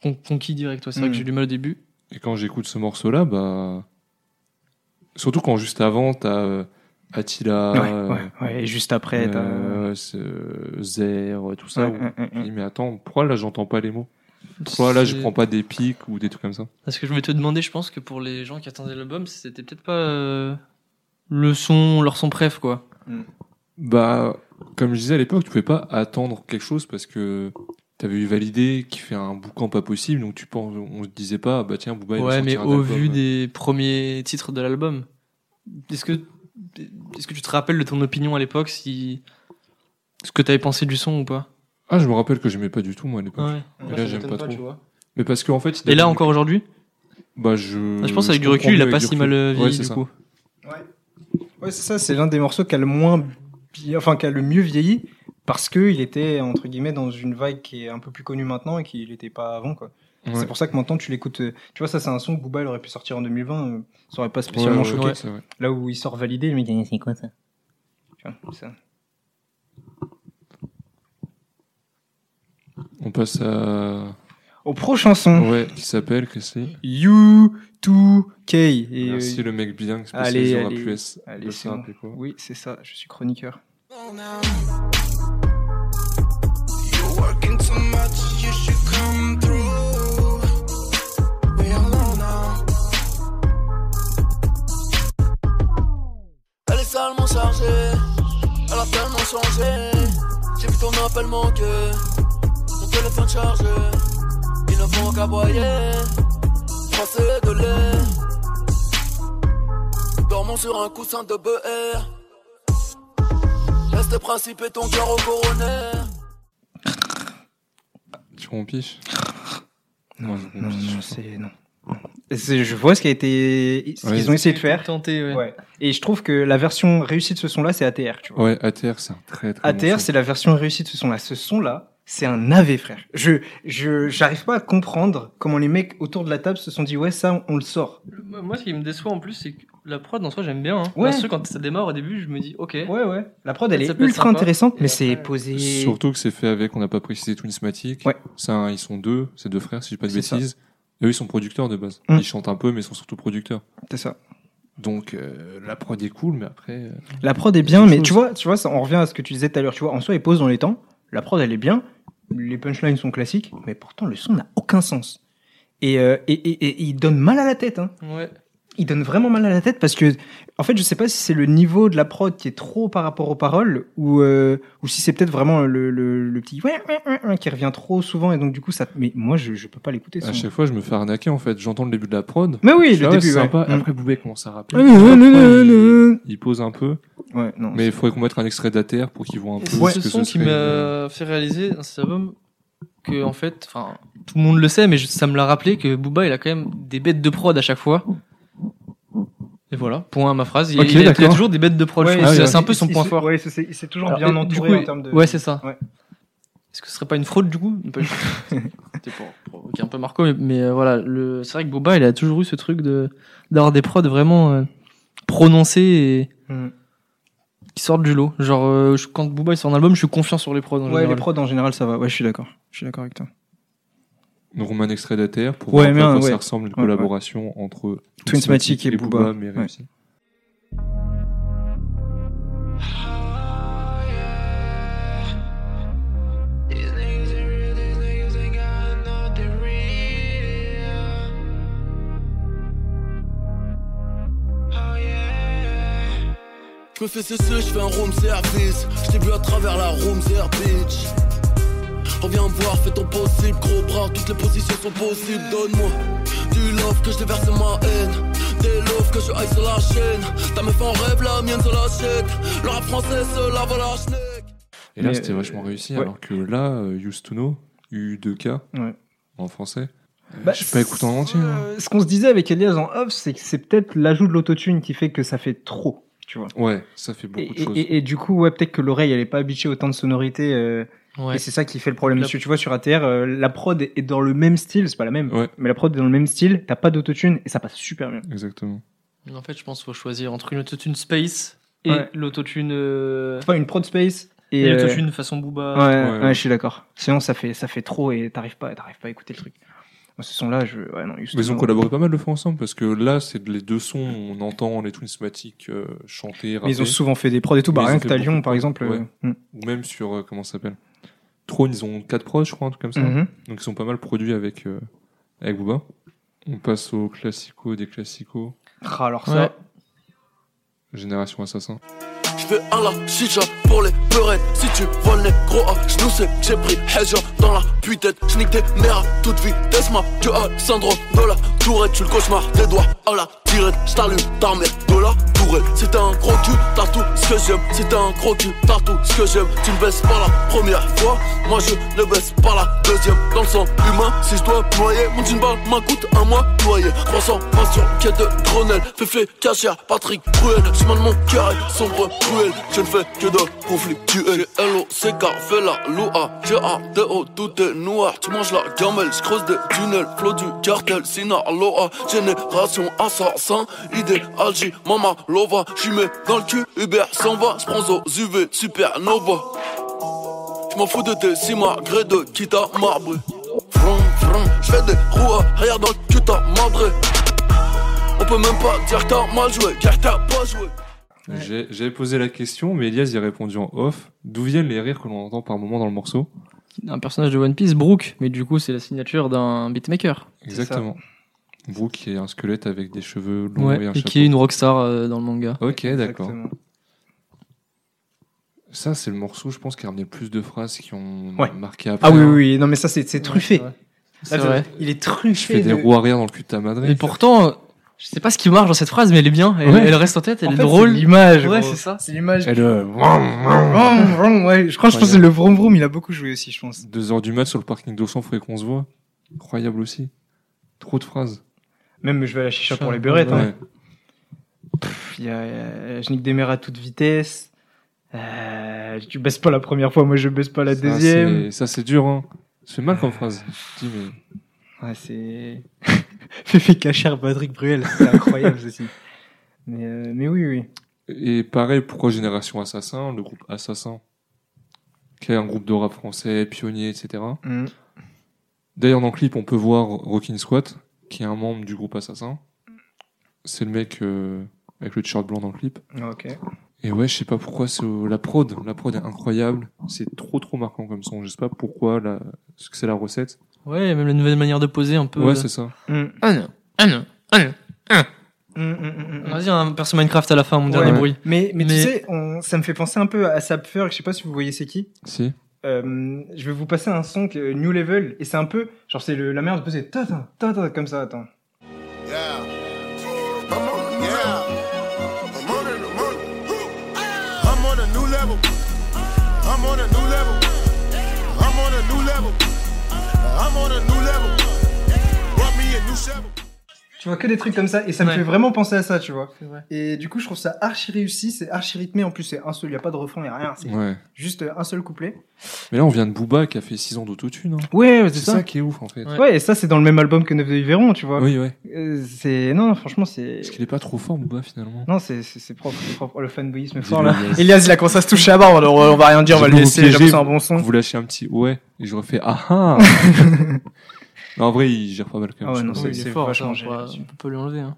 con- conquis direct. ouais. C'est vrai Mm. que j'ai eu du mal au début. Et quand j'écoute ce morceau-là, bah. Surtout quand juste avant, t'as euh, Attila, Ouais, euh, ouais, ouais, et juste après, hein. t'as. euh, c'est, euh, Zer, tout ça. Ouais, où ouais, ouais, je ouais. dis, mais attends, pourquoi là j'entends pas les mots Pourquoi là je C'est- prends pas des pics ou des trucs comme ça Parce que je voulais te demander, je pense que pour les gens qui attendaient l'album, c'était peut-être pas euh, le son, leur son préf, quoi. Bah, comme je disais à l'époque, tu pouvais pas attendre quelque chose parce que t'avais eu Validé qui fait un boucan pas possible, donc tu penses, on se disait pas, bah tiens, Booba il va ouais, mais sortir un au album. vu des premiers titres de l'album, est-ce que, est-ce que tu te rappelles de ton opinion à l'époque si ce que t'avais pensé du son ou pas Ah, je me rappelle que j'aimais pas du tout moi à l'époque. Ouais, Mais ça là, j'aime m'étonne pas trop. tu vois. Mais parce qu'en fait. il Et là avait- encore aujourd'hui Ah, Bah, je. Je pense avec du recul, comprends il a mieux pas avec si du mal recul. euh, Ouais, vieilli c'est du ça. coup. Ouais, c'est ça, c'est l'un des morceaux qui a le moins. bien- Enfin, qui a le mieux vieilli parce qu'il était, entre guillemets, dans une vague qui est un peu plus connue maintenant et qu'il n'était pas avant, quoi. Ouais. C'est pour ça que maintenant tu l'écoutes. euh, Tu vois, ça, c'est un son que Booba il aurait pu sortir en 2020, euh, ça aurait pas Ouais, spécialement ouais, choqué. ouais, c'est vrai. Là où il sort validé, le mec, il dit, c'est quoi ça Tu vois, ça. On passe à. Au prochain son. Ouais, qui s'appelle, que c'est. U2K. Et, Merci euh, le mec bien allez, spécialisé en rap allez, US. allez, Je c'est sais bon. rappeler quoi. Oui, c'est ça, je suis chroniqueur. You're working too much, you should come through. We all know now. Elle est salement chargée, elle a tellement changé. J'ai vu ton appel manquer, mon téléphone chargé. Il ne faut qu'à voyer, passer de lait. Dormons sur un coussin de beurre. Laisse Laisse tes principes et ton cœur au coroner. Tu rompiches Non, Moi, je non, comprends, je non, pense. c'est non. C'est- Je vois ce qui a été, ce Ouais. qu'ils ont essayé de faire. Tenter, ouais. Ouais. Et je trouve que la version réussie de ce son-là, c'est ATR. Tu vois. Ouais, ATR, c'est un très très. Ah, bon ATR, son. c'est la version réussie de ce son-là. Ce son-là, c'est un AV, frère. Je, je, j'arrive pas à comprendre comment les mecs autour de la table se sont dit, ouais, ça, on le sort. Moi, ce qui me déçoit en plus, c'est que la prod en soi, j'aime bien. Hein. Ouais. Parce que quand ça démarre au début, je me dis, ok. Ouais, ouais. La prod, elle Ça est peut être ultra sympa. intéressante, Et mais c'est après- posé. Surtout que c'est fait avec, on n'a pas précisé Twinsmatic. Ouais. C'est un- hein, ils sont deux, c'est deux frères, si je dis pas de C'est ça. bêtises. Et eux, ils sont producteurs de base. Mm. Ils chantent un peu, mais ils sont surtout producteurs. C'est ça. Donc, euh, la prod est cool, mais après. euh, La prod est bien, Quelque mais chose. tu vois, tu vois, ça, on revient à ce que tu disais tout à l'heure. Tu vois, en soi, il pose dans les temps. La prod, elle est bien. Les punchlines sont classiques, mais pourtant, le son n'a aucun sens. Et, euh, et, et- et- et il donne mal à la tête. Hein. Ouais. Il donne vraiment mal à la tête parce que, en fait, je sais pas si c'est le niveau de la prod qui est trop par rapport aux paroles ou, euh, ou si c'est peut-être vraiment le, le, le petit ouais, ouais, ouais, ouais qui revient trop souvent et donc du coup ça. Mais moi, je, je peux pas l'écouter. ce À son. chaque fois, Ah, je me fais arnaquer en fait. J'entends le début de la prod. Mais oui, Je le fais, ah, début. c'est ouais. sympa. Mm. Après, Boubek commence à rappeler. Ah, non, non, non, non, il- non. Il pose un peu, Ouais, non. mais il faudrait qu'on mette un extrait d'ATR pour qu'ils voient un Et peu C'est ce ce que son ce qui serait, euh, m'a fait réaliser dans cet album que, en fait, enfin, tout le monde le sait, mais je- ça me l'a rappelé que Booba, il a quand même des bêtes de prod à chaque fois. Et voilà, point à ma phrase. Il, Ok, il a, il a d'accord. toujours des bêtes de prod. je Ouais, trouve. ah c'est oui, c'est un peu son Il- il point se- fort. Ouais, c'est- c'est- il s'est toujours Alors, et- bien du entouré coup, en termes de. Ouais, c'est ça. Ouais. Est-ce que ce serait pas une fraude du coup Pas du tout. C'était pour provoquer un peu Marco, mais, mais, euh, voilà, le... c'est vrai que Boba, il a toujours eu ce truc de d'avoir des prods vraiment euh, prononcés et Mm. qui sortent du lot. Genre euh, je- quand Boba il sort un album, je suis confiant sur les prods. En Ouais, général. les prods en général ça va. Ouais, je suis d'accord. Je suis d'accord avec toi. Donc on met un extrait d'ATR pour Ouais, voir mais à quoi un, ouais. ça ressemble une Ouais, collaboration entre Twinsmatic et Booba, mais ouais. réussie. These niggas ain't real, these niggas ain't got nothing real. Oh yeah. Je me fais cesser, je fais un room service. Je t'ai vu à travers la room service. Reviens me voir, fais ton possible, gros bras, toutes les positions sont possibles, donne-moi du love que je déverse ma haine, des love que je haïs sur la chaîne, ta meuf en rêve, la mienne se l'achète, le rap français se lave à la schneck. Et là, Mais, c'était euh, vachement réussi, ouais. alors que là, euh, Used to Know, U2K, Ouais. en français, Bah, Euh, je sais pas écouté en entier. hein. euh, ce qu'on se disait avec Elias en off, c'est que c'est peut-être l'ajout de l'autotune qui fait que ça fait trop, tu vois. Ouais, ça fait beaucoup Et, de choses. et- et- et du coup, ouais, peut-être que l'oreille elle est pas habituée à autant de sonorités. euh, Ouais. Et c'est ça qui fait le problème. La- Parce que tu vois sur ATR, euh, la prod est dans le même style, c'est pas la même, Ouais. mais la prod est dans le même style. T'as pas d'autotune et ça passe super bien. Exactement. En fait, je pense qu'il faut choisir entre une autotune space et Ouais. l'autotune euh, Enfin, une prod space et, et euh, l'autotune façon Booba. Ouais, Ouais, ouais, ouais. je suis d'accord. Sinon, ça fait, ça fait trop et t'arrives pas, t'arrives pas à écouter le truc. Moi, ce son-là, je. Ouais, non, euh, juste- Mais ils ont collaboré pas mal de fois ensemble, parce que là, c'est les deux sons, on entend les Twinsmatic euh, chanter, Mais rapper, ils ont souvent fait des prods et tout. Bah, Mais ils rien ont que fait t'as Lyon, beaucoup. par exemple. euh, Ouais. mm. ou même sur, euh, comment ça s'appelle Trône, ils ont quatre proches, je crois, un truc comme ça. Mhm. Donc ils sont pas mal produits avec, euh, avec Booba. On passe aux classico des classicos, Ah, Alors Ouais. ça. Génération Assassin. Je fais un la chicha pour les peurettes Si tu voles les gros à genoux c'est que j'ai pris Hedger dans la puitette Je nique des nerfs à toute vitesse Ma tu as le syndrome de la tourette Tu le cauchemar des doigts à la tirette Je t'allume ta mère de la tourelle Si t'es un gros cul t'as tout ce que j'aime Si t'es un gros cul t'as tout ce que j'aime Tu ne baisses pas la première fois Moi je ne baisse pas la deuxième Dans le sang humain si je dois me noyer Mon jean balle m'en coûte un mois noyer 300 passion quête de Grenelle Féfé cachère Patrick Bruel Je demande mon cœur est sombre cruel Je ne fais que de conflictuel J'ai LO, c'est fais la loua J'ai un déo, tout est noir Tu manges la gamelle, je creuse des tunnels Flot du cartel, Sinaloa Génération assassin, idée Algie, Mama Lova J'y mets dans le cul, Uber s'en va Je prends aux UV, supernova je m'en fous de tes si malgré de qui t'a marbré. Vroom, vroom, je fais des roues arrière dans le cul, t'as marbré. On peut même pas dire que t'as mal joué, car t'as pas joué. J'ai- J'avais posé la question, mais Elias y a répondu en off. D'où viennent les rires que l'on entend par moment dans le morceau Un personnage de One Piece, Brook, mais du coup, c'est la signature d'un beatmaker. Exactement. Brooke qui est un squelette avec des cheveux longs et Ouais, un et chapeau. qui est une rockstar euh, dans le manga. Ok, d'accord. Exactement. Ça, c'est le morceau, je pense, qui a ramené le plus de phrases qui ont Ouais. marqué après. Ah oui, hein. oui, oui, non, mais ça, c'est c'est truffé. Ouais, Là, C'est t'as- vrai. Il est Tu fais truffé. des de- roues arrière dans le cul de ta madre. Et pourtant, Je sais pas ce qui marche dans cette phrase, mais elle est bien. Elle, Ouais. elle reste en tête, elle En est fait, drôle. c'est L'image. Ouais, gros. c'est ça. C'est l'image. Elle, euh, Vroom, vroom, ouais. Je crois, je pense que le vroom vroom, il a beaucoup joué aussi, je pense. Deux heures du mat sur le parking d'Auchan, faudrait qu'on se voit. Incroyable aussi. Trop de phrases. Même je vais à la chicha pour les beurettes. hein. Ouais. Pff, Il y a, euh, je nique des mères à toute vitesse. Euh, tu baisses pas la première fois, moi je baisse pas la Ça, deuxième. c'est- Ça, c'est dur, hein. C'est mal comme phrase. Je dis, mais Ouais, c'est. Fait cachère Patrick Bruel, c'est incroyable ceci. Mais, euh, mais oui, oui. Et pareil, pourquoi Génération Assassin, le groupe Assassin, qui est un groupe de rap français, pionnier, etc. Mm. D'ailleurs, dans le clip, on peut voir Rockin' Squat, qui est un membre du groupe Assassin. C'est le mec euh, avec le t-shirt blanc dans le clip. Ah, Ok. Et ouais, je sais pas pourquoi c'est au- la prod. La prod est incroyable. C'est trop trop marquant comme son. Je sais pas pourquoi la... ce que c'est la recette. Ouais, même la nouvelle manière de poser un peu. euh, Ouais, c'est ça. Mm. Ah non, ah non, ah non. Mm, mm, mm, mm. Vas-y, un perso Minecraft à la fin, mon Ouais. dernier Ouais. bruit. Mais, mais, Mais- tu sais, on- ça me fait penser un peu à Sapfer, je sais pas si vous voyez c'est qui. Si. Euh, je vais vous passer un son que- New Level, et c'est un peu, genre c'est le- la merde, c'est ta ta ta ta comme ça, attends. Yeah. I'm on, yeah. I'm on, a- I'm on, I'm on a new level. I'm on a new level. I'm on a new level. I'm on a new level. Brought me a new shovel. Tu vois que des trucs comme ça, et ça Ouais. me fait vraiment penser à ça, tu vois. C'est vrai. Et du coup, je trouve ça archi réussi, c'est archi rythmé, en plus c'est un seul, il a pas de refrain, il a rien, c'est Ouais. juste un seul couplet. Mais là, on vient de Booba qui a fait 6 ans d'autotune. hein. Ouais, C'est ça qui est ouf en fait. Ouais. Ouais, et ça c'est dans le même album que Neuf de Yveron, tu vois. Oui, ouais. Euh, c'est non, franchement c'est Parce qu'il est pas trop fort, Booba finalement. non, c'est c'est c'est propre, c'est propre. Oh, le fanboyisme est Dis-le, fort là. Elias. Elias, il a commencé à se toucher à barre, alors euh, on va rien dire, on va J'ai le voulu vous laisser, j'aime piéger, c'est un bon son. vous lâchez un petit ouais et je refais ah ah non, en vrai il gère pas mal quand même Ah ouais, je non, trouve. Oui, il c'est est fort, ça, vachement on géré pourra- là-dessus. on peut pas lui enlever. Hein.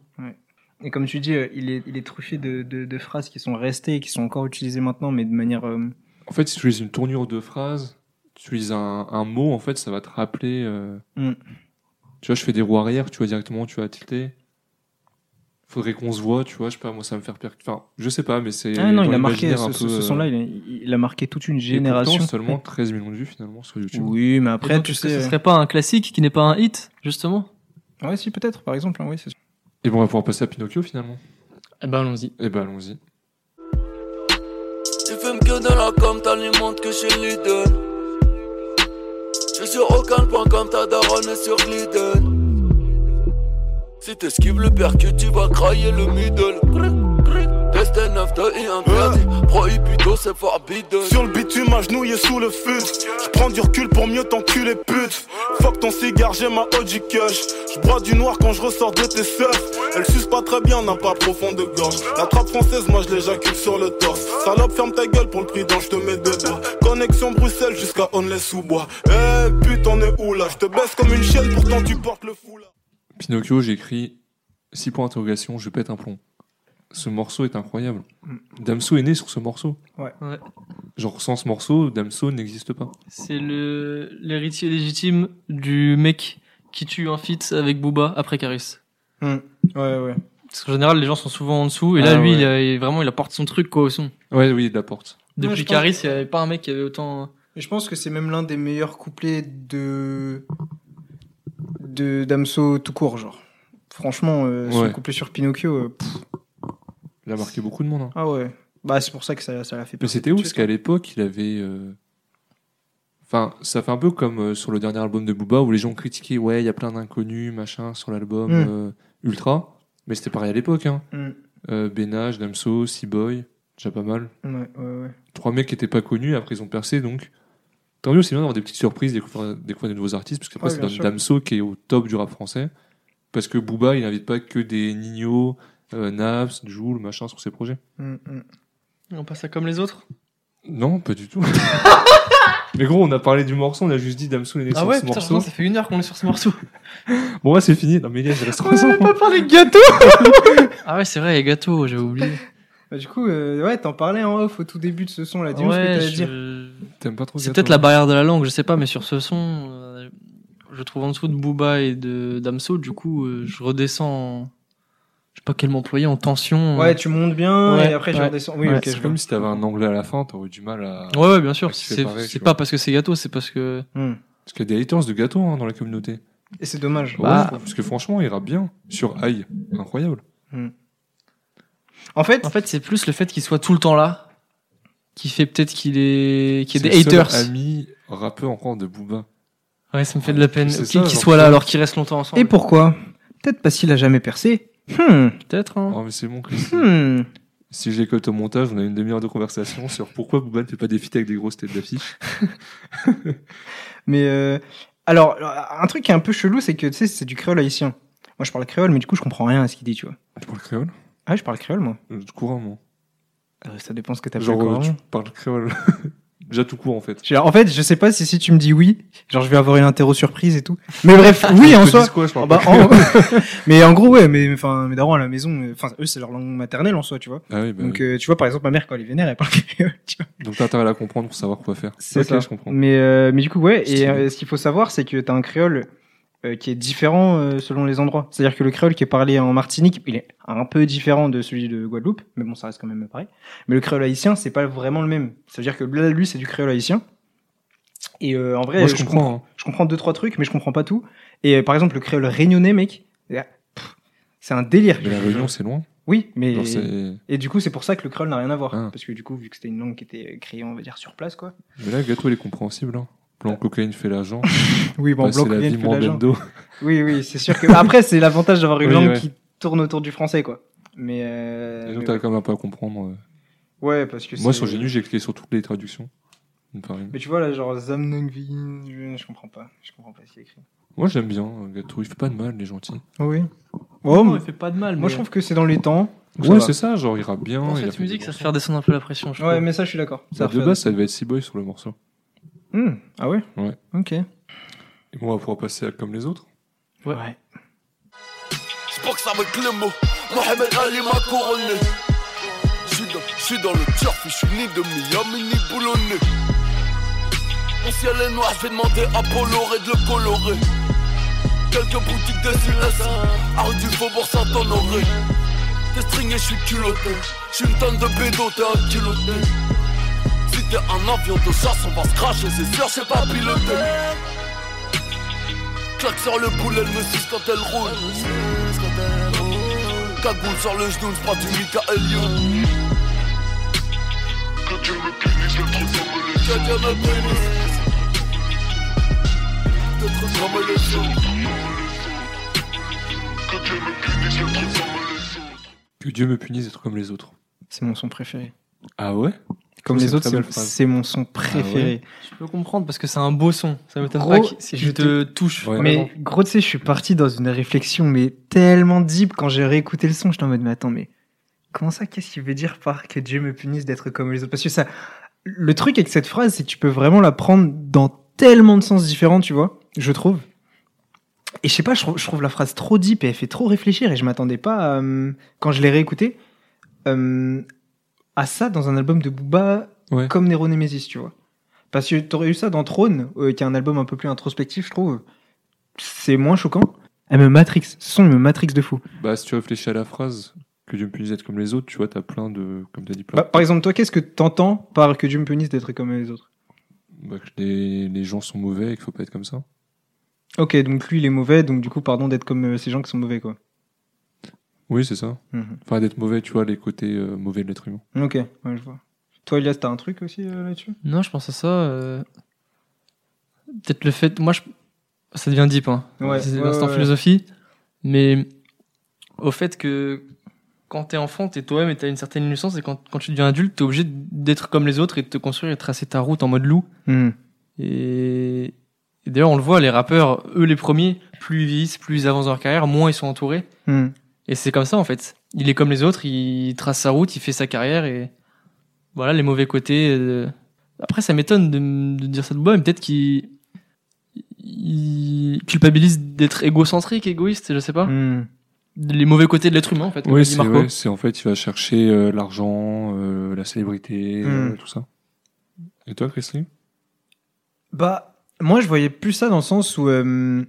Et comme tu dis, euh, il est, il est truffé de, de, de phrases qui sont restées et qui sont encore utilisées maintenant, mais de manière. euh, en fait si tu utilises une tournure de phrase tu utilises un, un mot en fait ça va te rappeler euh, Mm. tu vois je fais des roues arrière tu vois directement tu vas tilter faudrait qu'on se voit tu vois je sais pas moi ça va me faire pire enfin je sais pas mais c'est Ah non, dans il a marqué l'imaginaire ce, un ce- peu, ce euh, son-là, il, a- il a marqué toute une et pourtant, génération. seulement 13 millions de vues finalement sur YouTube Oui, mais Et après, donc, tu est-ce que sais. ce serait pas un classique qui n'est pas un hit, justement Ouais, si, peut-être, par exemple, hein, oui, c'est sûr. et bon on va pouvoir passer à Pinocchio finalement Eh ben, allons-y. et ben allons-y Tu fumes que de la com, t'alimentes que chez Liden. Je suis sur aucun point comme ta daronne est sur Gliden. Si t'esquives le percu, tu vas crailler le middle. Cric, cric. Destin 9 2 et interdit. Prohibido, c'est forbidden. Sur le bitume, agenouillé sous le fut. Je prends du recul pour mieux t'enculer, pute. Fuck ton cigare, j'ai ma OG Kush. Je bois du noir quand je ressors de tes seufs. Elle suce pas très bien, n'a pas profond de gorge. La trappe française, moi je l'éjacule sur le torse. Salope, ferme ta gueule pour le prix d'un, je te mets deux doigts. Connexion Bruxelles jusqu'à Onley-sous-Bois. Eh pute, on est où là Je te baisse comme une chienne, pourtant tu portes le fou là. Pinocchio, j'écris 6 points d'interrogation, je pète un plomb. Ce morceau est incroyable. Damso est né sur ce morceau. Mm. Ouais. Ouais. Genre sans ce morceau, Damso n'existe pas. C'est le l'héritier légitime du mec qui tue un feat avec Booba après Karis. Ouais, ouais. Parce qu'en général, les gens sont souvent en dessous, et là, Ah, lui, ouais. il, a- il- vraiment, il apporte son truc, quoi, au son. Ouais, oui, de la porte. Ouais, Depuis je pense Caris, que- il n'y avait pas un mec qui avait autant. Et je pense que c'est même l'un des meilleurs couplets de. de Damso tout court, genre. Franchement, euh, son Ouais. couplet sur Pinocchio. euh, pff, Il a marqué beaucoup de monde. hein. ah ouais. Bah, c'est pour ça que ça ça l'a fait Mais passer c'était tout où de Parce suite, qu'à l'époque, il avait. euh, Enfin, ça fait un peu comme euh, sur le dernier album de Booba où les gens critiquaient, ouais, il y a plein d'inconnus, machin, sur l'album Mm. euh, Ultra. Mais c'était pareil à l'époque. Hein. Mm. Euh, Benage, Damso, C-Boy, déjà pas mal. hein. Ouais, ouais, ouais. trois mecs qui étaient pas connus, après ils ont percé, donc tant mieux, c'est bien d'avoir des petites surprises, découvrir, découvrir des nouveaux artistes, parce qu'après Ouais, c'est bien Dam- sûr. Damso qui est au top du rap français, parce que Booba, il n'invite pas que des Nino, euh, Naps, Joule, machin, sur ses projets. Mm, mm. On passe à comme les autres Non, pas du tout. Mais gros, on a parlé du morceau, on a juste dit Damso est né Ah sur ouais, ce putain, morceau. franchement, ça fait une heure qu'on est sur ce morceau. Bon, ouais, c'est fini. Non, mais il reste trois ans. parler gâteau Ah ouais, c'est vrai, les gâteaux, j'avais oublié. Bah, du coup, euh, ouais, t'en parlais en off au tout début de ce son Bah, là. Dis-moi ce que Ouais, t'as à je- dire. T'aimes pas trop C'est Gato, peut-être hein. la barrière de la langue, je sais pas, mais sur ce son, euh, je trouve en dessous de Booba et de Damso, du coup, euh, je redescends. en- Je sais pas quel m'employer en tension. Ouais, tu montes bien Ouais, et après tu ouais. redescends. Oui, Ouais, ok, je C'est comme si t'avais un anglais à la fin, t'aurais eu du mal à. Ouais, ouais, bien sûr. Ouais, tu fais C'est pareil, c'est tu pas parce que c'est gâteau, c'est parce que. vois. Hmm. Parce qu'il y a des haters de gâteau hein, dans la communauté. Et c'est dommage. Ouais, Bah. parce que franchement, il rappe bien. Sur Aïe, incroyable. En fait, En fait, c'est plus le fait qu'il soit tout le temps là qui fait peut-être qu'il est qu'il y ait C'est des le seul haters. Ami rappeur encore de Booba. Ouais, ça me fait de la peine C'est qu'il ça, qu'il genre, soit là ça- alors qu'ils restent longtemps ensemble. et pourquoi Peut-être parce qu'il a jamais percé. Hmm, peut-être hein. Ah, mais c'est bon, Chris. hmm. Si je l'écoute au montage, on a une demi-heure de conversation sur pourquoi Booba ne fait pas des feats avec des grosses têtes d'affiche. Mais euh, alors, un truc qui est un peu chelou, c'est que tu sais, c'est du créole haïtien. Moi, je parle créole, mais du coup, je comprends rien à ce qu'il dit, tu vois. Tu parles créole Ah, je parle créole, moi. Euh, Couramment. Euh, ça dépend ce que t'as hein Genre, euh, tu parles créole. Déjà tout court, en fait. Genre, en fait, je sais pas si si tu me dis oui, genre je vais avoir une interro surprise et tout. Mais bref, oui Ils en te soi. disent quoi, je Ah parle bah, pas en- mais en gros ouais, mais enfin mes darons à la maison, euh, enfin eux c'est leur langue maternelle en soi, tu vois. Ah oui, bah, Donc oui. euh, tu vois par exemple ma mère quand elle est vénère, elle parle créole, tu vois. Donc t'as intérêt à la comprendre pour savoir quoi faire. C'est ok, ça. je comprends. Mais euh, mais du coup ouais, et Stylé. euh, ce qu'il faut savoir c'est que t'as un créole euh, qui est différent euh, selon les endroits. C'est-à-dire que le créole qui est parlé en Martinique, il est un peu différent de celui de Guadeloupe, mais bon ça reste quand même pareil. Mais le créole haïtien c'est pas vraiment le même. Ça veut dire que là lui c'est du créole haïtien. Et euh, en vrai Moi, je, euh, je comprends. hein. je comprends deux trois trucs, mais je comprends pas tout. Et euh, par exemple, le créole réunionnais, mec, là, pff, c'est un délire. Mais la Réunion, c'est loin. Oui, mais Genre, c'est- et du coup, c'est pour ça que le créole n'a rien à voir, Ah. parce que du coup, vu que c'était une langue qui était créée, on va dire sur place, quoi. Mais là, le gâteau, il est compréhensible. Hein. Plan cocaïne fait l'agent. Oui, bon, passer blanc, Bah, la rien vie que l'agent. bendo. Oui, oui, c'est sûr que Bah, après, c'est l'avantage d'avoir une Oui, langue ouais. qui tourne autour du français, quoi. Mais, euh, Et mais donc t'as quand même un peu à comprendre. euh. ouais, parce que Moi, c'est- sur Genius, j'ai cliqué sur toutes les traductions. une par une. Mais tu vois là, genre Zamnungvin, je je comprends pas, je comprends pas ce qu'il écrit. Moi, j'aime bien euh, gâteau. Il fait pas de mal, les gentils. Ah Oui. Oh, Oh, Non, il fait pas de mal. moi, mais je trouve que c'est dans les temps. Ça ouais, va. c'est ça. Genre, il rappe bien. pour il a cette fait musique, des ça bons fait descendre un peu la pression. Je Ouais, trouve. mais ça, je suis d'accord. sons. Bah, de refait- base, ça devait être Sea Boy sur le morceau. Hmm, Ah ouais. Ouais. Ok. Et bon, on va pouvoir passer à comme les autres. Ouais. J'pense que ça me clémo. Mohamed Ali m'a couronné. J'suis dans, j'suis dans le turf, et j'suis ni de Miami ni boulonnais. Mon ciel est noir, j'vais demander à Bolloré de le colorer. Quelques boutiques de silence, à rue du Faubourg Saint-Honoré. T'es stringé, j'suis culotté. J'suis une tonne de bédo, t'es un culotté. Si t'es un avion de chasse, on va se cracher, c'est sûr, j'sais pas piloter. Claque sur le boule, elle me suce quand elle roule. Cagoule sur le genou, c'est pas du Michael Youn. Que Dieu me bénisse, l'être comme les autres. Que Dieu me punisse d'être comme les autres. C'est mon son préféré. Ah ouais Comme C'est les une autres, très belle c'est- phrase. Ah c'est mon son préféré. Je peux comprendre parce que c'est un beau son. Ça m'étonne Gros, pas que si je je te touche. Ouais. par Mais exemple. gros, tu sais, je suis parti dans une réflexion, mais tellement deep quand j'ai réécouté le son, j'étais en mode, mais attends, mais comment ça, qu'est-ce qu'il veut dire par que Dieu me punisse d'être comme les autres Parce que ça, le truc avec cette phrase, c'est que tu peux vraiment la prendre dans tellement de sens différents, tu vois, je trouve. Et je sais pas, je trouve, je trouve la phrase trop deep et elle fait trop réfléchir et je m'attendais pas, à, euh, quand je l'ai réécoutée, euh, à ça dans un album de Booba Ouais. comme Nero Nemesis, tu vois. Parce que t'aurais eu ça dans Throne, euh, qui est un album un peu plus introspectif, je trouve. C'est moins choquant. Elle me Ah, matrix, ce son me matrix de fou. Bah, si tu réfléchis à la phrase que Dieu me punisse d'être comme les autres, tu vois, t'as plein de. Comme t'as dit, plein Bah, par exemple, toi, qu'est-ce que t'entends par que Dieu me punisse d'être comme les autres bah, que les, les gens sont mauvais et qu'il faut pas être comme ça. Ok, donc lui, il est mauvais, donc du coup, pardon d'être comme euh, ces gens qui sont mauvais, quoi. Oui, c'est ça. Mhm. Enfin, d'être mauvais, tu vois, les côtés euh, mauvais de l'être humain. Ok, ouais, je vois. Toi, Elias, t'as un truc aussi euh, là-dessus Non, je pense à ça. euh, Peut-être le fait. Moi, je... ça devient deep. Hein. Ouais, c'est ouais, l'instant ouais. philosophie. Mais au fait que quand t'es enfant, t'es toi-même et t'as une certaine innocence. Et quand, quand tu deviens adulte, t'es obligé d'être comme les autres et de te construire et de tracer ta route en mode loup. Hmm. Et, et d'ailleurs, on le voit, les rappeurs, eux les premiers, plus ils vieillissent, plus ils avancent dans leur carrière, moins ils sont entourés. Hmm. Et c'est comme ça en fait. Il est comme les autres, il trace sa route, il fait sa carrière et voilà les mauvais côtés. euh. Après, ça m'étonne de, m- de dire ça de moi, mais peut-être qu'il il culpabilise d'être égocentrique, égoïste, je sais pas. Hmm. Les mauvais côtés de l'être humain en fait. comme Mm. Oui, a dit c'est Marco. ouais, c'est en fait, il va chercher euh, l'argent, euh, la célébrité, Hmm. euh, tout ça. Et toi, Christine Bah, moi, je voyais plus ça dans le sens où, euh,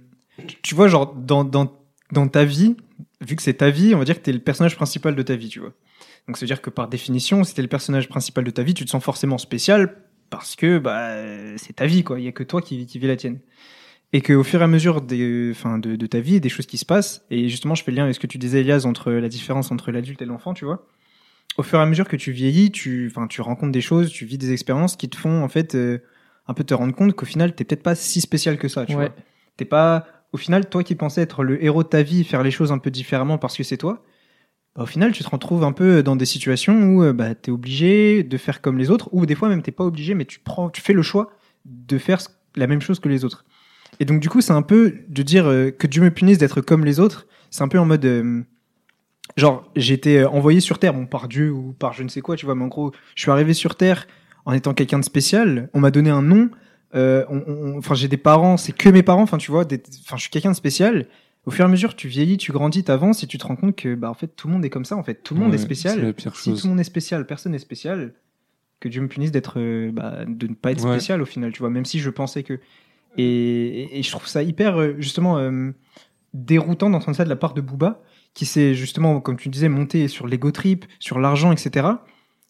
tu vois, genre, dans, dans, dans ta vie, vu que c'est ta vie, on va dire que t'es le personnage principal de ta vie, tu vois. Donc, ça veut dire que par définition, si t'es le personnage principal de ta vie, tu te sens forcément spécial parce que, bah, c'est ta vie, quoi. Il y a que toi qui, qui vis la tienne. et qu'au fur et à mesure des, enfin, de, de ta vie et des choses qui se passent, et justement, je fais le lien avec ce que tu disais, Elias, entre la différence entre l'adulte et l'enfant, tu vois. Au fur et à mesure que tu vieillis, tu, enfin, tu rencontres des choses, tu vis des expériences qui te font, en fait, euh, un peu te rendre compte qu'au final, t'es peut-être pas si spécial que ça, tu Ouais. vois. T'es pas, au final, toi qui pensais être le héros de ta vie, faire les choses un peu différemment parce que c'est toi, bah, au final, tu te retrouves un peu dans des situations où euh, bah, t'es obligé de faire comme les autres, ou des fois même t'es pas obligé, mais tu prends, tu fais le choix de faire ce- la même chose que les autres. Et donc, du coup, c'est un peu de dire euh, que Dieu me punisse d'être comme les autres. C'est un peu en mode. euh, genre, j'ai été euh, envoyé sur Terre, bon, par Dieu ou par je ne sais quoi, tu vois, mais en gros, je suis arrivé sur Terre en étant quelqu'un de spécial. On m'a donné un nom. euh, on- on- Enfin, j'ai des parents, c'est que mes parents. Enfin, tu vois, des- enfin, je suis quelqu'un de spécial. Au fur et à mesure, tu vieillis, tu grandis, t'avances et tu te rends compte que, bah, en fait, tout le monde est comme ça. En fait, tout le monde Ouais, est spécial. C'est la pire Si chose. tout le monde est spécial, personne n'est spécial, que Dieu me punisse d'être, euh, bah, de ne pas être Ouais. spécial au final, tu vois, même si je pensais que. Et, et- et je trouve ça hyper, euh, justement, euh, déroutant d'entendre ça de la part de Booba, qui s'est justement, comme tu disais, monté sur l'ego trip, sur l'argent, etc.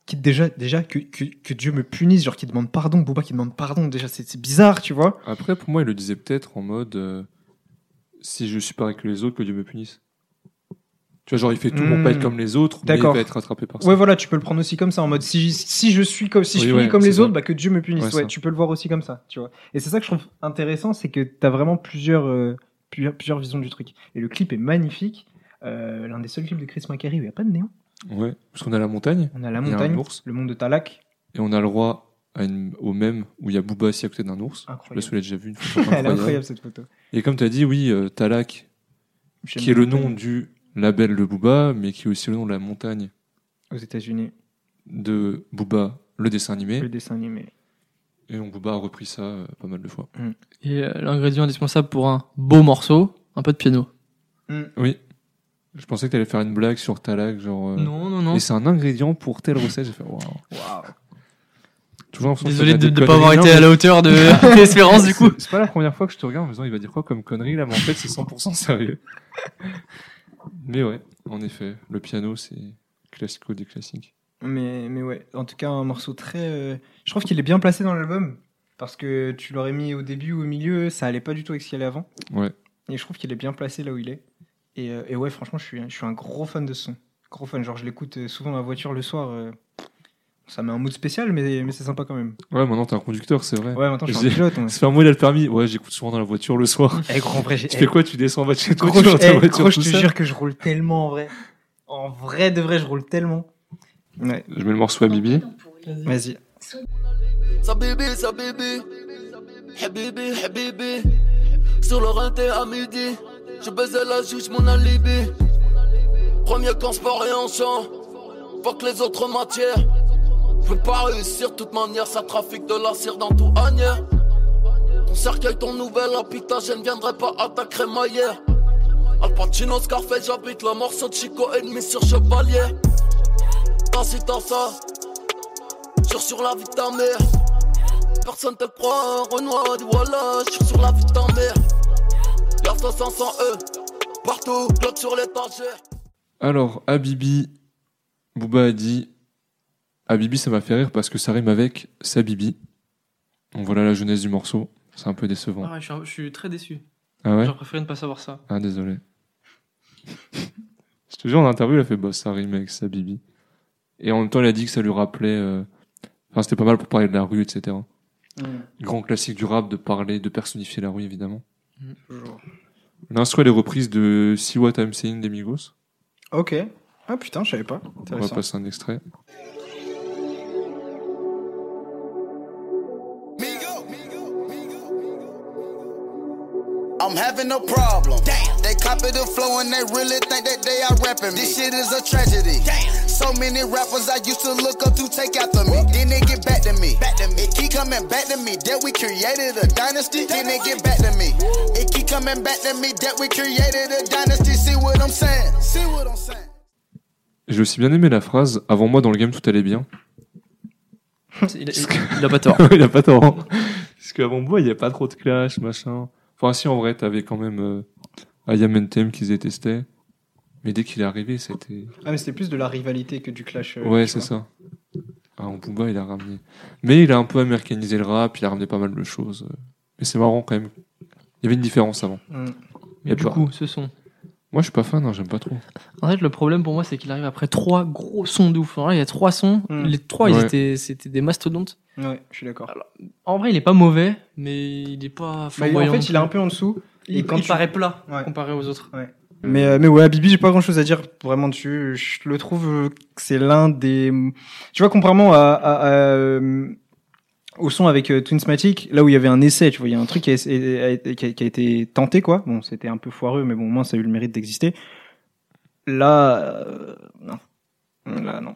Qui déjà, déjà que, que, que Dieu me punisse, genre qui demande pardon, Booba qui demande pardon, déjà c'est c'est bizarre, tu vois. Après, pour moi, il le disait peut-être en mode euh, si je suis pareil que les autres, que Dieu me punisse. Tu vois, genre, il fait tout pour Hmm. pas être comme les autres, mais il D'accord. va être rattrapé par ça. Ouais, voilà, tu peux le prendre aussi comme ça, en mode si, si je suis comme, si je Oui, finis ouais, comme c'est les ça. autres, bah, que Dieu me punisse. Ouais, Ouais, ça. tu peux le voir aussi comme ça, tu vois. Et c'est ça que je trouve intéressant, c'est que t'as vraiment plusieurs, euh, plusieurs, plusieurs visions du truc. Et le clip est magnifique. Euh, L'un des seuls clips de Chris McCarry où il n'y a pas de néon. Ouais. Parce qu'on a la montagne, On a la il y a un montagne, ours, le monde de Talak. et on a le roi à une- au même où il y a Booba assis à côté d'un ours. Je sais pas Incroyable. si vous l'avez déjà vu. Une photo Elle est incroyable. incroyable cette photo. Et comme tu as dit, oui, euh, Talak, J'aime qui est le beaucoup nom du label de Booba, mais qui est aussi le nom de la montagne Aux États-Unis, de Booba, le dessin animé. le dessin animé. Et donc Booba a repris ça euh, pas mal de fois. Et euh, l'ingrédient indispensable pour un beau morceau, un peu de piano. Oui. Je pensais que t'allais faire une blague sur Talak, genre. euh, Non, non, non. Et c'est un ingrédient pour telle recette. J'ai fait waouh. Toujours l'impression que Désolé t'as de des ne pas avoir conneries. été Non, à la hauteur de l'espérance du coup. mais C'est pas la première fois que je te regarde en me disant il va dire quoi comme connerie là, mais en fait c'est 100% sérieux. mais ouais, en effet, le piano c'est classico des classiques. Mais, mais ouais, en tout cas, un morceau très. euh, Je trouve qu'il est bien placé dans l'album. Parce que tu l'aurais mis au début ou au milieu, ça allait pas du tout avec ce qu'il y avait avant. Ouais. Et je trouve qu'il est bien placé là où il est. Et, euh, et ouais, franchement, je suis, je suis un gros fan de ce son. Gros fan. Genre, je l'écoute euh, souvent dans la voiture le soir. euh, Ça met un mood spécial, mais, mais c'est sympa quand même. Ouais, maintenant t'es un conducteur, c'est vrai. Ouais, maintenant, je suis J'ai- un pilote. moi. C'est pas moi il a le permis. Ouais, j'écoute souvent dans la voiture le soir. Eh, gros, en vrai, j'ai- tu eh, fais quoi Tu descends en bas de chez toi, Gros, tu je, vas dans ta eh, voiture gros, je tout te seul jure que je roule tellement en vrai. En vrai de vrai, je roule tellement. Ouais, Je mets le morceau à Bibi. vas-y. Sa bébé, sa bébé. Habibi, habibi. Sur le renté à midi. Je baisais la juge, mon alibi. Premier qu'en sport et en chant. Fuck les autres matières. Je peux pas réussir, toute manière, ça trafique de la cire dans tout Agnières. Ton cercueil, ton nouvel habitat, je ne viendrai pas à ta crémaillère. Al Pacino, Scarface, j'habite le morceau de Chico, ennemi sur chevalier. T'as si t'as ça, J'suis sur la vie de ta mère. Personne te croit, Renoir, dis voilà, j'suis sur la vie de ta mère. Garde-toi 500 E, partout, bloc sur l'étagère. Alors, Habibi, Booba a dit Habibi, ça m'a fait rire parce que ça rime avec Sabibi. Donc voilà la jeunesse du morceau. C'est un peu décevant. Ah ouais, je, suis un- je suis très déçu. Ah ouais J'aurais préféré ne pas savoir ça. Ah, désolé. Je te jure, en interview, il a fait Bah, ça rime avec Sabibi. Et en même temps, il a dit que ça lui rappelait. euh, Enfin, c'était pas mal pour parler de la rue, etc. Grand classique du rap de parler, de personnifier la rue, évidemment. L'instru, elle est reprise de See What I'm Saying des Migos. Ok. Ah putain, je savais pas. On va passer un extrait. I'm having a problem. Damn. They copy the flow and they really think that they are rapping me. This shit is a tragedy. Damn. So many rappers I used to look up to take after me. Then they get back to me. Back to me. It keep coming back to me that we created a dynasty. Then they get back to me. It keep coming back to me that we created a dynasty. See what I'm saying? See what I'm saying? J'ai aussi bien aimé la phrase Avant moi dans le game tout allait bien. Il a, il- il a pas tort. il a pas tort. Parce qu'avant moi, il n'y a pas trop de clash, machin. Enfin, si en vrai, t'avais quand même euh, Ayam Entem qui se détestait. Mais dès qu'il est arrivé, c'était. Ah, mais c'était plus de la rivalité que du clash. euh, Ouais, tu c'est ça. vois. Ah, en Booba, il a ramené. Mais il a un peu américanisé le rap, il a ramené pas mal de choses. Mais c'est marrant quand même Il y avait une différence avant. Mmh. Mais tu du vois. coup, ce son. Moi, je suis pas fan, hein, j'aime pas trop. En fait, le problème pour moi, c'est qu'il arrive après trois gros sons de ouf. En vrai, il y a trois sons. Mm. Les trois, ils Ouais. étaient, c'était des mastodontes. Ouais, je suis d'accord. En vrai, il est pas mauvais, mais il est pas Bah, en flamboyant. fait, il est un peu en dessous. Il, et quand il tu- paraît plat Ouais. comparé aux autres. Mais, euh, mais ouais, Bibi, j'ai pas grand chose à dire vraiment dessus. Je le trouve euh, que c'est l'un des. Tu vois, contrairement à, à- à, euh, au son avec euh, Twinsmatic, là où il y avait un essai, tu vois, il y a un truc qui a, qui a- qui a été tenté, quoi. Bon, c'était un peu foireux, mais bon, au moins ça a eu le mérite d'exister. Là, euh, non. Là, non.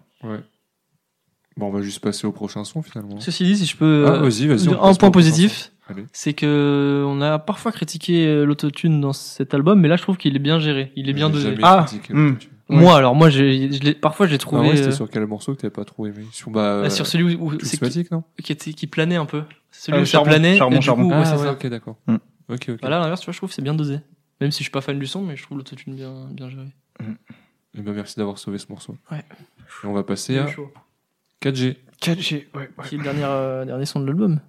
Bon, on va juste passer au prochain son finalement. Ceci dit, si je peux. Ah, vas-y, vas-y. on euh, un passe point au prochain positif, son. Allez. c'est que on a parfois critiqué euh, l'autotune dans cet album, mais là, je trouve qu'il est bien géré. Il est bien J'ai dosé. jamais Ah, critiqué hmm. l'autotune. Ouais. Moi, alors, moi, j'ai- je l'ai- parfois, je l'ai trouvé. Ah ouais, c'était euh, sur quel morceau que t'avais pas trop aimé Sur, bah, ah, sur celui où, où- c'est qui, Prismatic, non qui était- qui planait un peu. Celui Ah, où ça Charbon, planait. Charbon, et du Charbon. coup, ouais, Ah, c'est ouais, ça. ok, d'accord. Hmm. Ok, ok. Voilà, Bah à l'inverse, tu vois, je trouve que c'est bien dosé. Même si je suis pas fan du son, mais je trouve l'autotune bien, bien géré. Eh ben, merci d'avoir sauvé ce morceau. Ouais. Et on va passer à 4G. 4G, ouais. ouais. Qui est le dernier, euh, dernier son de l'album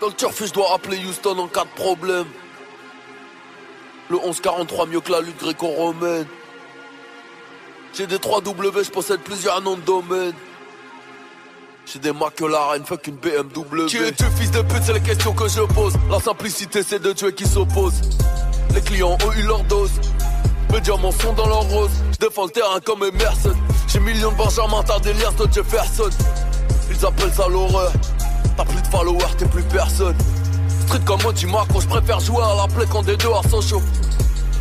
Dans le turfu, je dois appeler Houston en cas de problème. Le 1143 mieux que la lutte gréco-romaine. J'ai des 3W, je possède plusieurs noms de domaine. J'ai des McLaren, fuck une BMW. Qui es-tu, fils de pute, c'est la question que je pose. La simplicité, c'est de tuer qui s'oppose. Les clients ont eu leur dose. Mes diamants sont dans leur rose. Je défends le terrain comme Emerson. J'ai millions de Benjamin, t'as des liens de Jefferson. Ils appellent ça l'horreur. T'as plus de followers, t'es plus personne. Street comme moi, dis-moi quand je préfère jouer à la plaie quand des deux sont chauds.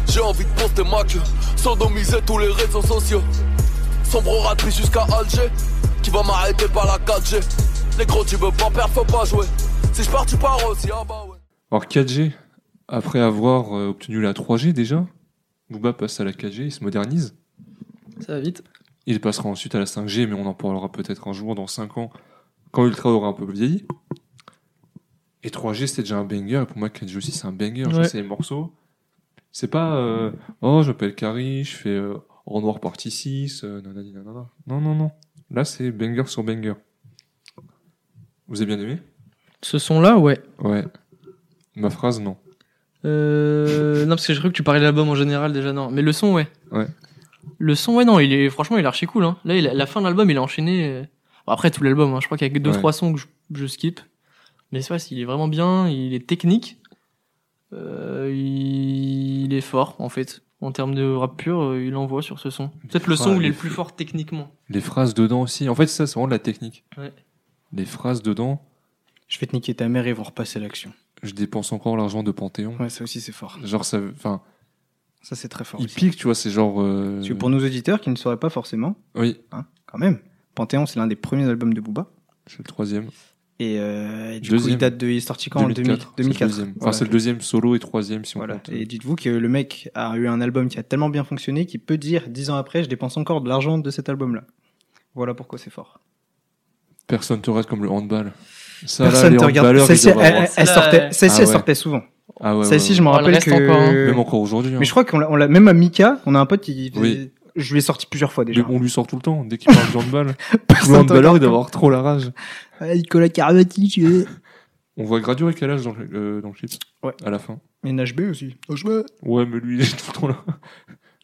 J'ai envie de poster ma queue, sodomiser tous les réseaux sociaux. Sombre au rat de piste jusqu'à Alger, qui va m'arrêter par la 4G. Les gros, tu veux pas perdre, faut pas jouer. Si je pars, tu pars aussi, ah bah ouais. Alors 4G, après avoir euh, obtenu la 3G déjà, Booba passe à la 4G, il se modernise. Ça va vite. Il passera ensuite à la 5G, mais on en parlera peut-être un jour, dans 5 ans, quand Ultra aura un peu vieilli. Et 3G, c'était déjà un banger, et pour moi, 4G aussi, c'est un banger. Je Ouais. sais, les morceaux, c'est pas euh, Oh, j'appelle Carrie, je fais euh, En Noir partie 6, euh, nanani, nanana. Non, non, non. Là, c'est banger sur banger. Vous avez bien aimé Ce son-là, ouais. Ouais. Ma phrase, non. Euh, non, parce que je crois que tu parlais de l'album en général déjà, non. Mais le son, ouais. Ouais. Le son, ouais, non, il est, franchement, il est archi cool. Hein. Là, il a- la fin de l'album, il a enchaîné. euh, bon, après, tout l'album, hein, je crois qu'il y a que deux, Ouais. trois sons que je, je skip. Mais ça, il est vraiment bien, il est technique. Euh, il, il est fort, en fait. En termes de rap pur, euh, il envoie sur ce son. Peut-être le son Ah, où il il est est le plus fou. fort techniquement. Les phrases dedans aussi. En fait, ça, c'est vraiment de la technique. Ouais. Les phrases dedans, Je vais te niquer ta mère et vous repasser l'action. je dépense encore l'argent de Panthéon. Ouais, ça aussi, c'est fort. Genre, ça. Enfin, Ça, c'est très fort. il aussi. pique, tu vois, c'est genre. euh, Parce que pour nos auditeurs qui ne sauraient pas forcément, Oui, hein, quand même, Panthéon, c'est l'un des premiers albums de Booba. c'est le troisième. Et, euh, et du coup, Deuxième. il date de, il est sorti quand en 2004. 2000 2004. C'est le deuxième. Enfin, Voilà. c'est le deuxième solo et troisième si on Voilà. compte. Et dites-vous que le mec a eu un album qui a tellement bien fonctionné qu'il peut dire dix ans après, je dépense encore de l'argent de cet album-là. Voilà pourquoi c'est fort. Personne te reste comme le handball. Ça, Personne là, te les regarde. handballeurs, ils Celle-ci, doivent elle, avoir- elle- elle Ah sortait, ouais. celle-ci, Ah elle ouais. sortait souvent. Ah ouais, ouais, Celle-ci, ouais. je me Oh, elle rappelle reste encore, que. hein. Même encore aujourd'hui. hein. Mais je crois qu'on l'a- on l'a, même à Mika, on a un pote qui. Oui. Je lui ai sorti plusieurs fois déjà. Mais on lui sort tout le temps. Dès qu'il parle de handball, Personne le te handballeur, il regarde. doit avoir trop la rage. Ah, Nicolas Carlotti, tu veux. On voit Gradure et Kalash dans le, euh, dans le clip. Ouais. À la fin. Et NHB aussi. Ouais, mais lui, il est tout le temps là.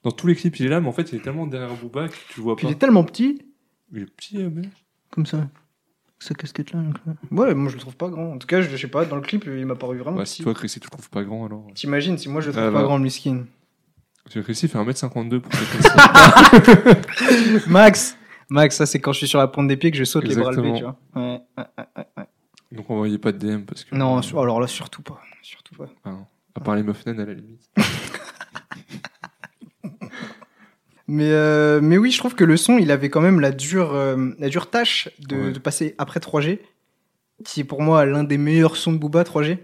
Dans tous les clips, il est là, mais en fait, il est tellement derrière Booba que tu le vois Puis pas. il est tellement petit. Il est petit, euh, mais. comme ça. Sa casquette là. Ouais, moi je le trouve pas grand. En tout cas, je sais pas, dans le clip, il m'a paru vraiment Ouais, Bah, si petit. toi, Chrissy, tu le trouves pas grand alors. T'imagines si moi je le trouve Ah, pas bah. grand, le miskin. Parce que Chrissy fait 1m52 pour Max Max, ça c'est quand je suis sur la pointe des pieds que je saute les bras levés, tu Exactement. vois. Ouais, ouais, ouais, ouais, ouais. Donc, envoyez pas de DM parce que. Non, sur- alors là, surtout pas. Surtout pas. Enfin, à part les meufs naines, à la limite. Mais, euh, mais oui, je trouve que le son, il avait quand même la dure, euh, la dure tâche de, Ouais. de passer après 3G, qui est pour moi l'un des meilleurs sons de Booba 3G.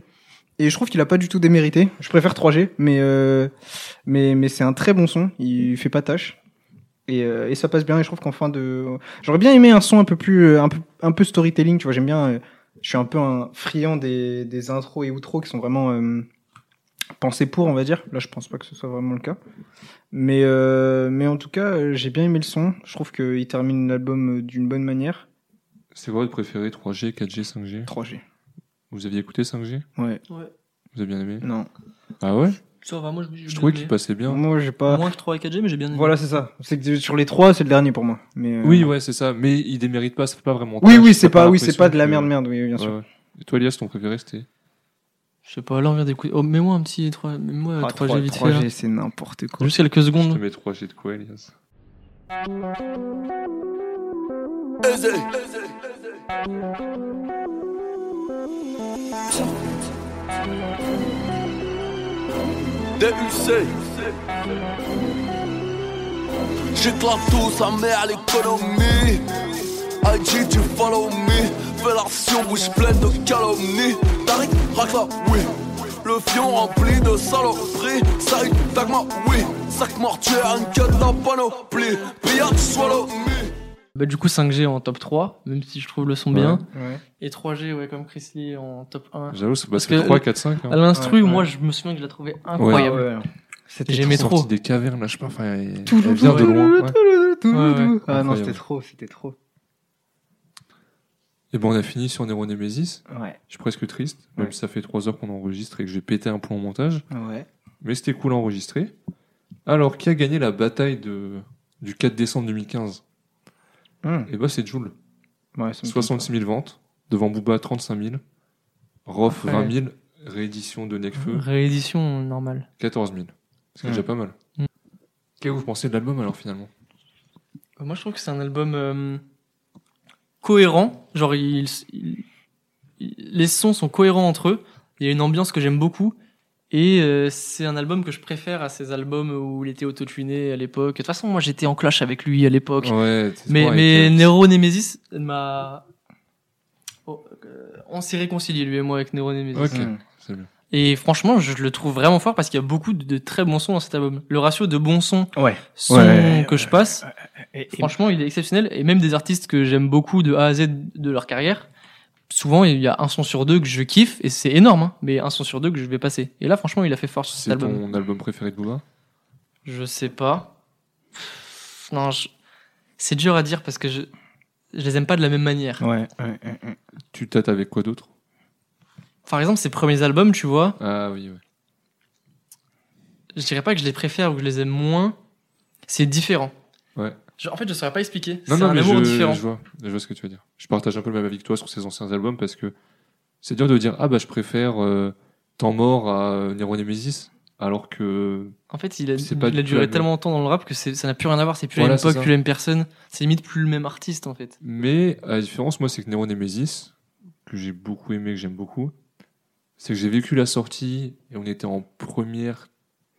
Et je trouve qu'il a pas du tout démérité. Je préfère 3G, mais, euh, mais, mais c'est un très bon son. Il fait pas tâche. Et, euh, et ça passe bien. Et je trouve qu'en fin de. J'aurais bien aimé un son un peu plus. euh, un peu, un peu storytelling, tu vois. J'aime bien. euh, je suis un peu un friand des, des intros et outros qui sont vraiment euh, pensés pour, on va dire. Là, je pense pas que ce soit vraiment le cas. Mais, euh, mais en tout cas, euh, j'ai bien aimé le son. Je trouve qu'il termine l'album euh, d'une bonne manière. C'est quoi votre préféré 3G, 4G, 5G 3G. Vous aviez écouté 5G Ouais. Ouais. Vous avez bien aimé Non. Ah ouais Ça va, moi je, Je trouvais qu'il passait bien. Moi, j'ai pas. Moins que 3 et 4G, mais j'ai bien aimé. Voilà, c'est ça. C'est que sur les trois, c'est le dernier pour moi. Mais, euh, Oui, ouais, c'est ça. Mais il démérite pas, c'est pas vraiment. Oui, trash, oui, c'est t'as pas, oui, c'est l'impression pas de la que- merde, merde, oui, bien sûr. Ouais, ouais. Et toi, Elias, ton préféré, c'était Je sais pas, là on vient d'écouter. Oh, mets-moi un petit 3, mets-moi Ah, 3G trois- vite fait. 3G, là. c'est n'importe quoi. Juste quelques Je te secondes. mets 3G de quoi, Elias Aisé. DUC J'éclate tout sa mère l'économie IG tu follow me Fellation bouche pleine de calomnie Tariq racla oui Le fion rempli de saloperies Saïd Dagma oui Sac mortuaire un cut la panoplie Pillage swallow me Bah, du coup, 5G en top 3, même si je trouve le son Ouais. bien. Ouais. Et 3G, ouais, comme Chris Lee en top 1. Ah, J'avoue, c'est Parce passé que- 3, 4, 5. hein. À l'instru, Ouais, ouais. moi je me souviens que je la trouvais Ah incroyable. ouais, ouais. C'était J'aimais Sorti trop. des cavernes, là, je sais pas. Enfin, elle, Tout, elle vient de loin. ouais. tout, Ouais, tout. ouais. Ah non, Incroyable. c'était trop, c'était trop. Et bon, on a fini sur Neuronemesis. Ouais, Je suis presque triste, même Ouais. si ça fait 3 heures qu'on enregistre et que j'ai pété un plomb au montage. ouais. Mais c'était cool à enregistrer. Alors, qui a gagné la bataille de... du 4 décembre 2015 Hum. Et bah, c'est Joule. Ouais, ça me 66 000 ventes, devant Booba 35 000, Rof Ouais. 20 000, réédition de Necfeu Réédition normale. 14 000. C'est Ouais. déjà pas mal. Mm. Qu'est-ce que vous pensez de l'album alors finalement Euh, Moi je trouve que c'est un album euh, cohérent. Genre, il, il- il- les sons sont cohérents entre eux. Il y a une ambiance que j'aime beaucoup. Et euh, c'est un album que je préfère à ces albums où il était autotuné à l'époque. De toute façon, moi j'étais en clash avec lui à l'époque. Ouais, t'es Mais, souvent mais avec, euh, Nero Nemesis m'a. Oh, euh, on s'est réconcilié lui et moi avec Nero Nemesis. Ok, Mm. c'est bien. Et franchement, je le trouve vraiment fort parce qu'il y a beaucoup de, de très bons sons dans cet album. Le ratio de bons sons, Ouais. sons Ouais. que je passe, Et- et- franchement, il est exceptionnel. Et même des artistes que j'aime beaucoup de A à Z de leur carrière, souvent il y a un son sur deux que je kiffe et c'est énorme, hein, mais un son sur deux que je vais passer. Et là, franchement, il a fait fort sur cet C'est album. ton album préféré de Booba Je sais pas. Non, je- c'est dur à dire parce que je. Je les aime pas de la même manière. Ouais, ouais, ouais, ouais. Tu tâtes avec quoi d'autre Par exemple, ses premiers albums, tu vois, Ah oui, ouais. je dirais pas que je les préfère ou que je les aime moins. C'est différent. Ouais. Je- en fait, je saurais pas expliquer. Non, c'est non, un mais amour je, différent. je vois, je vois ce que tu veux dire. Je partage un peu le même avis que toi sur ces anciens albums parce que c'est dur de dire Ah bah je préfère euh, Temps mort à euh, Nero Nemesis alors que En fait, il a, C'est pas il du tout la a duré même. tellement longtemps dans le rap que c'est- ça n'a plus rien à voir. C'est plus Voilà, la même c'est époque, ça. plus la même personne. C'est limite plus le même artiste, en fait. Mais à la différence, moi, c'est que Nero Nemesis, que j'ai beaucoup aimé, que j'aime beaucoup, c'est que j'ai vécu la sortie et on était en première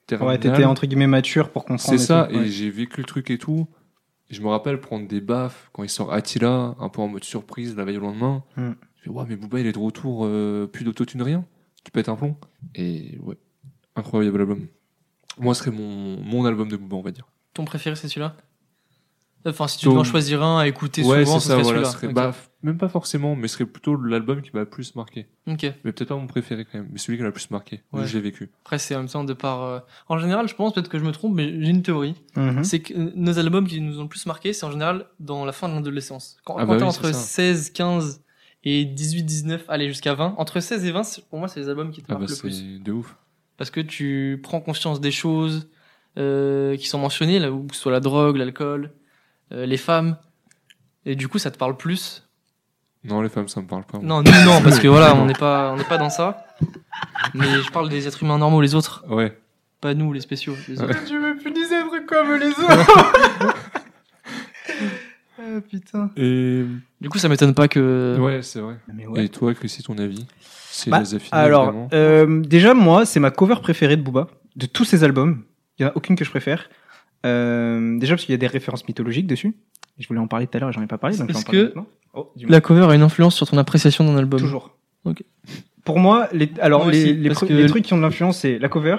terminale. Ouais, t'étais entre guillemets mature pour comprendre. C'est et ça, tout, et ouais. j'ai vécu le truc et tout. Et je me rappelle prendre des baffes quand il sort Attila, un peu en mode surprise la veille au lendemain. Hmm. Je fais, ouais, mais Booba, il est de retour, euh, plus d'autotune, rien. Tu pètes un plomb. Et ouais, incroyable album. Moi, ce serait mon, mon album de Booba, on va dire. Ton préféré, c'est celui-là Enfin, si tu Ton- devais en choisir un à écouter ouais, souvent, c'est ce ça, serait voilà. ce serait- celui-là. bah, même pas forcément, mais ce serait plutôt l'album qui m'a le plus marqué. Ok. Ok. Mais peut-être pas mon préféré quand même, mais celui qui m'a le plus marqué. Ouais. Je l'ai vécu. Après, c'est en même temps de par. euh, En général, je pense peut-être que je me trompe, mais j'ai une théorie. Hmm Mhm. c'est que euh, nos albums qui nous ont le plus marqué, c'est en général dans la fin de l'adolescence. Quand, Ah quand bah t'es oui, c'est entre ça. 16, 15 et 18, 19, allez jusqu'à 20, entre 16 et 20, c'est- pour moi, c'est les albums qui te Ah marquent bah le plus. c'est de ouf. Parce que tu prends conscience des choses euh, qui sont mentionnées, là, où que ce soit la drogue, l'alcool, euh, les femmes. Et du coup, ça te parle plus. Non, les femmes, ça me parle pas. moi. Non, nous, non, parce que voilà, on n'est pas, on n'est pas dans ça. Mais je parle des êtres humains normaux, les autres. Ouais. Pas nous, les spéciaux. Les autres. Je veux plus des êtres comme les autres. ah putain. Et Du coup, ça m'étonne pas que. ouais, c'est vrai. Mais ouais. Et toi, Chrissy, ton avis C'est Bah, les affinés, Alors, vraiment euh, déjà, moi, c'est ma cover préférée de Booba, de tous ses albums. Il n'y en a aucune que je préfère. Euh, déjà, parce qu'il y a des références mythologiques dessus. Je voulais en parler tout à l'heure, j'en ai pas parlé. Donc je vais en Est-ce parler que- maintenant. Oh, dis-moi. La cover a une influence sur ton appréciation d'un album. Toujours. Ok. Pour moi, les, alors Moi les, aussi, les parce pre- que- les trucs qui ont de l'influence, c'est la cover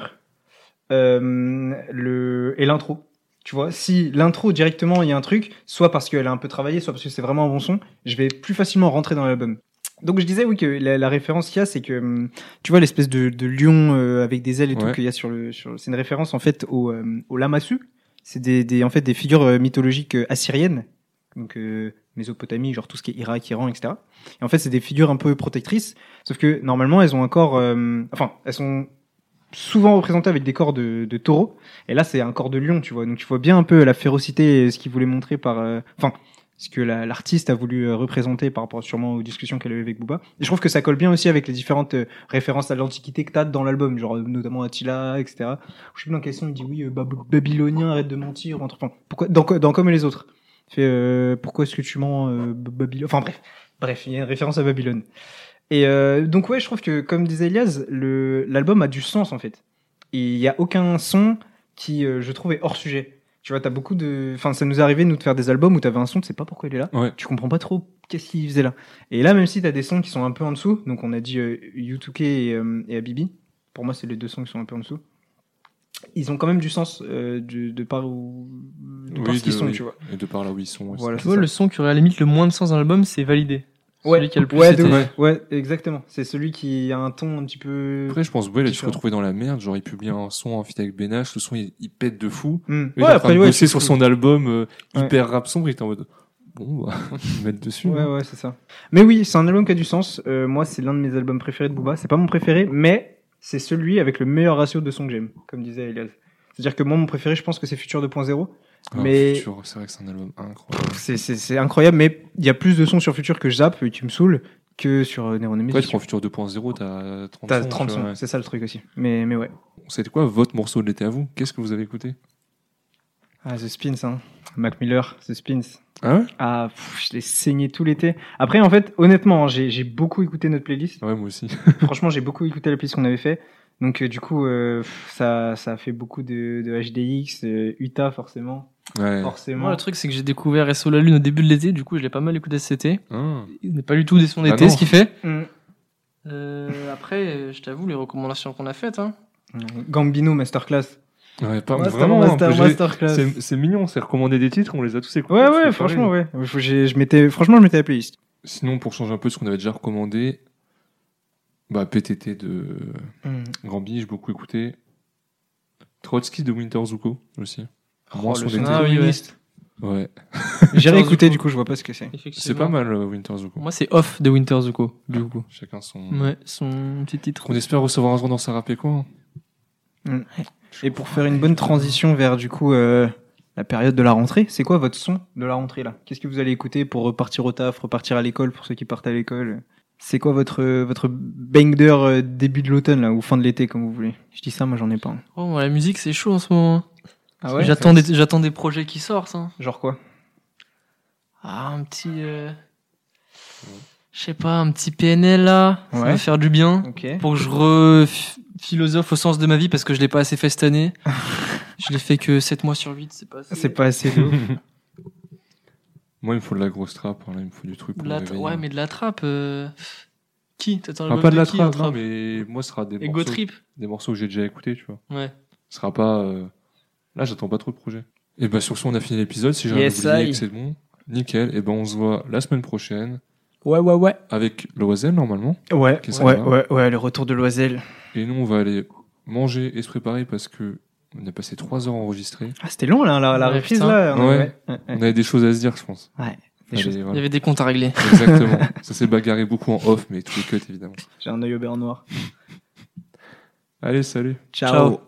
euh, le, et l'intro. Tu vois, si l'intro directement il y a un truc, soit parce qu'elle a un peu travaillé, soit parce que c'est vraiment un bon son, je vais plus facilement rentrer dans l'album. Donc je disais oui que la, la référence qu'il y a, c'est que hum, tu vois l'espèce de, de lion euh, avec des ailes et tout Ouais. qu'il y a sur le, sur, c'est une référence en fait au, euh, au lamassu. C'est des, des- en fait des figures euh, mythologiques euh, assyriennes, donc euh, Mésopotamie, genre tout ce qui est Irak, Iran, etc. Et en fait, c'est des figures un peu protectrices, sauf que normalement, elles ont un corps, euh, enfin, elles sont souvent représentées avec des corps de, de taureaux, et là, c'est un corps de lion, tu vois. Donc, tu vois bien un peu la férocité, et ce qu'ils voulaient montrer par, euh, enfin, ce que la- l'artiste a voulu euh, représenter par rapport sûrement aux discussions qu'elle a eues avec Booba. Et je trouve que ça colle bien aussi avec les différentes euh, références à l'Antiquité que t'as dans l'album, genre euh, notamment Attila, etc. Je sais plus dans quel son il dit oui, euh, Bab- Babylonien, arrête de mentir, entre, enfin, pourquoi, dans, co- dans Comme les autres. Il Fait, euh, pourquoi est-ce que tu mens, euh, B- Babylone Enfin bref, bref, il y a une référence à Babylone. Et euh, donc ouais, je trouve que comme disait Elias, le- l'album a du sens en fait. Et Il y a aucun son qui, euh, je trouve, est hors sujet. Tu vois, t'as beaucoup de. Enfin, ça nous est arrivé, nous, de faire des albums où t'avais un son, tu sais pas pourquoi il est là. Ouais. Tu comprends pas trop qu'est-ce qu'il faisait là. Et là, même si t'as des sons qui sont un peu en dessous, donc on a dit euh, U2K et, euh, et Habibi, pour moi, c'est les deux sons qui sont un peu en dessous. Ils ont quand même du sens euh, du- de par où. de par Oui, ce qu'ils de- sont, oui. tu vois. Et de par là où ils sont. ouais, euh, Voilà, Tu c'est vois, ça. le son qui aurait à la limite le moins de sens dans l'album, c'est validé. Ouais, Celui qui a le plus ouais, de été- ouf. ouais, exactement. C'est celui qui a un ton un petit peu. Après, je pense, ouais, là, il se Différent. retrouvait dans la merde. Genre, il publie un son en feat avec Benache, le son, il, il pète de fou. Hmm. Il est en train de bosser c'est sur cool. son album euh, Ouais. hyper rap sombre, il était en mode, bon, bah, je vais mettre dessus. hein. Ouais, ouais, c'est ça. Mais oui, c'est un album qui a du sens. Euh, moi, c'est l'un de mes albums préférés de Booba. C'est pas mon préféré, mais c'est celui avec le meilleur ratio de sons que j'aime, comme disait Elias. C'est-à-dire que moi, mon préféré, je pense que c'est Future 2.0. Ah, Mais- Future, C'est vrai que c'est un album incroyable. C'est- C'est c'est incroyable, mais il y a plus de sons sur Future que je zappe et qui me saoulent que sur euh, Neuronemesis. Après, tu prends Future 2.0, t'as 30 T'as sons, 30 tu vois, sons, ouais. c'est ça le truc aussi. Mais, mais ouais. C'était quoi votre morceau de l'été à vous Qu'est-ce que vous avez écouté Ah, The Spins, hein. Mac Miller, The Spins. Ah ouais Ah, pff, je l'ai saigné tout l'été. Après, en fait, honnêtement, hein, j'ai j'ai beaucoup écouté notre playlist. Ouais, moi aussi. Franchement, j'ai beaucoup écouté la playlist qu'on avait fait. Donc, euh, du coup, euh, pff, ça, ça a fait beaucoup de, de HDX, euh, Utah, forcément. Ouais. Forcément. Moi, le truc, c'est que j'ai découvert SO La Lune au début de l'été, du coup, je l'ai pas mal écouté cet été. Hein. Il n'est pas du tout des sons Bah d'été, non. ce qui fait. Mm. Euh, après, euh, je t'avoue, les recommandations qu'on a faites, hein. Gambino, Masterclass. Ouais, pas Master- Ah, vraiment. Master- un peu, j'ai- Masterclass. c'est- C'est mignon, c'est recommandé des titres, on les a tous écoutés. Ouais, c'est ouais, pareil. franchement, ouais. Faut- j'ai- Je m'étais, franchement, je m'étais la playlist. Sinon, pour changer un peu de ce qu'on avait déjà recommandé, bah, PTT de Mm. Grambi, j'ai beaucoup écouté. Trotsky de Winter Zuko aussi. Moi, Oh, son le d'été. son Ah oui, communiste. Ouais. J'ai Charles réécouté, Zuko. du coup, je vois pas ce que c'est. C'est pas mal, euh, Winter Zuko. Moi, c'est Off de Winter Zuko, du coup. Chacun son. Ouais, son petit titre. On espère recevoir un jour dans hein. Sarapé quoi. Et pour faire une bonne transition vers, du coup, euh, la période de la rentrée, c'est quoi votre son de la rentrée, là Qu'est-ce que vous allez écouter pour repartir au taf, repartir à l'école, pour ceux qui partent à l'école C'est quoi votre, votre banger euh, début de l'automne, là, ou fin de l'été, comme vous voulez Je dis ça, moi, j'en ai pas. hein. un. Oh, moi, la musique, c'est chaud en ce moment. hein. Ah J'attends des, j'attends des projets qui sortent. hein. Genre quoi Ah, un petit. euh, Je sais pas, un petit PNL là. Ça Ouais. va faire du bien. Ok. Pour que je re-philosophe au sens de ma vie parce que je l'ai pas assez fait cette année. je l'ai fait que 7 mois sur 8, c'est pas assez. C'est pas assez de ouf. Moi, il me faut de la grosse trappe, hein, là, il me faut du truc pour De la me tra- réveiller. Ouais, mais de la trappe. euh, Qui T'attends Enfin, l'album pas de la hein. trappe, qui, non, mais moi, ce sera des Ego morceaux, Trip des morceaux que j'ai déjà écoutés, tu vois. Ouais. Ce sera pas. euh, Là, j'attends pas trop de projets. Et bah, sur ce, on a fini l'épisode. Si j'ai rien Yes, oublié et I. que c'est bon, nickel. Et ben, on se voit la semaine prochaine Ouais, ouais, ouais. avec l'Oisel, normalement. Ouais, Qu'est-ce ouais, qu'on a ouais, ouais, le retour de l'Oisel. Et nous, on va aller manger et se préparer parce que on a passé trois heures enregistrées. Ah, c'était long, là, la, la Ouais, reprise, putain. là. on a- Ouais. ouais, ouais. On avait des choses à se dire, je pense. Ouais, des Allez, choses. Il y voilà. avait des comptes à régler. Exactement. Ça s'est bagarré beaucoup en off, mais tous les cuts, évidemment. J'ai un œil au beurre noir. Allez, salut. Ciao.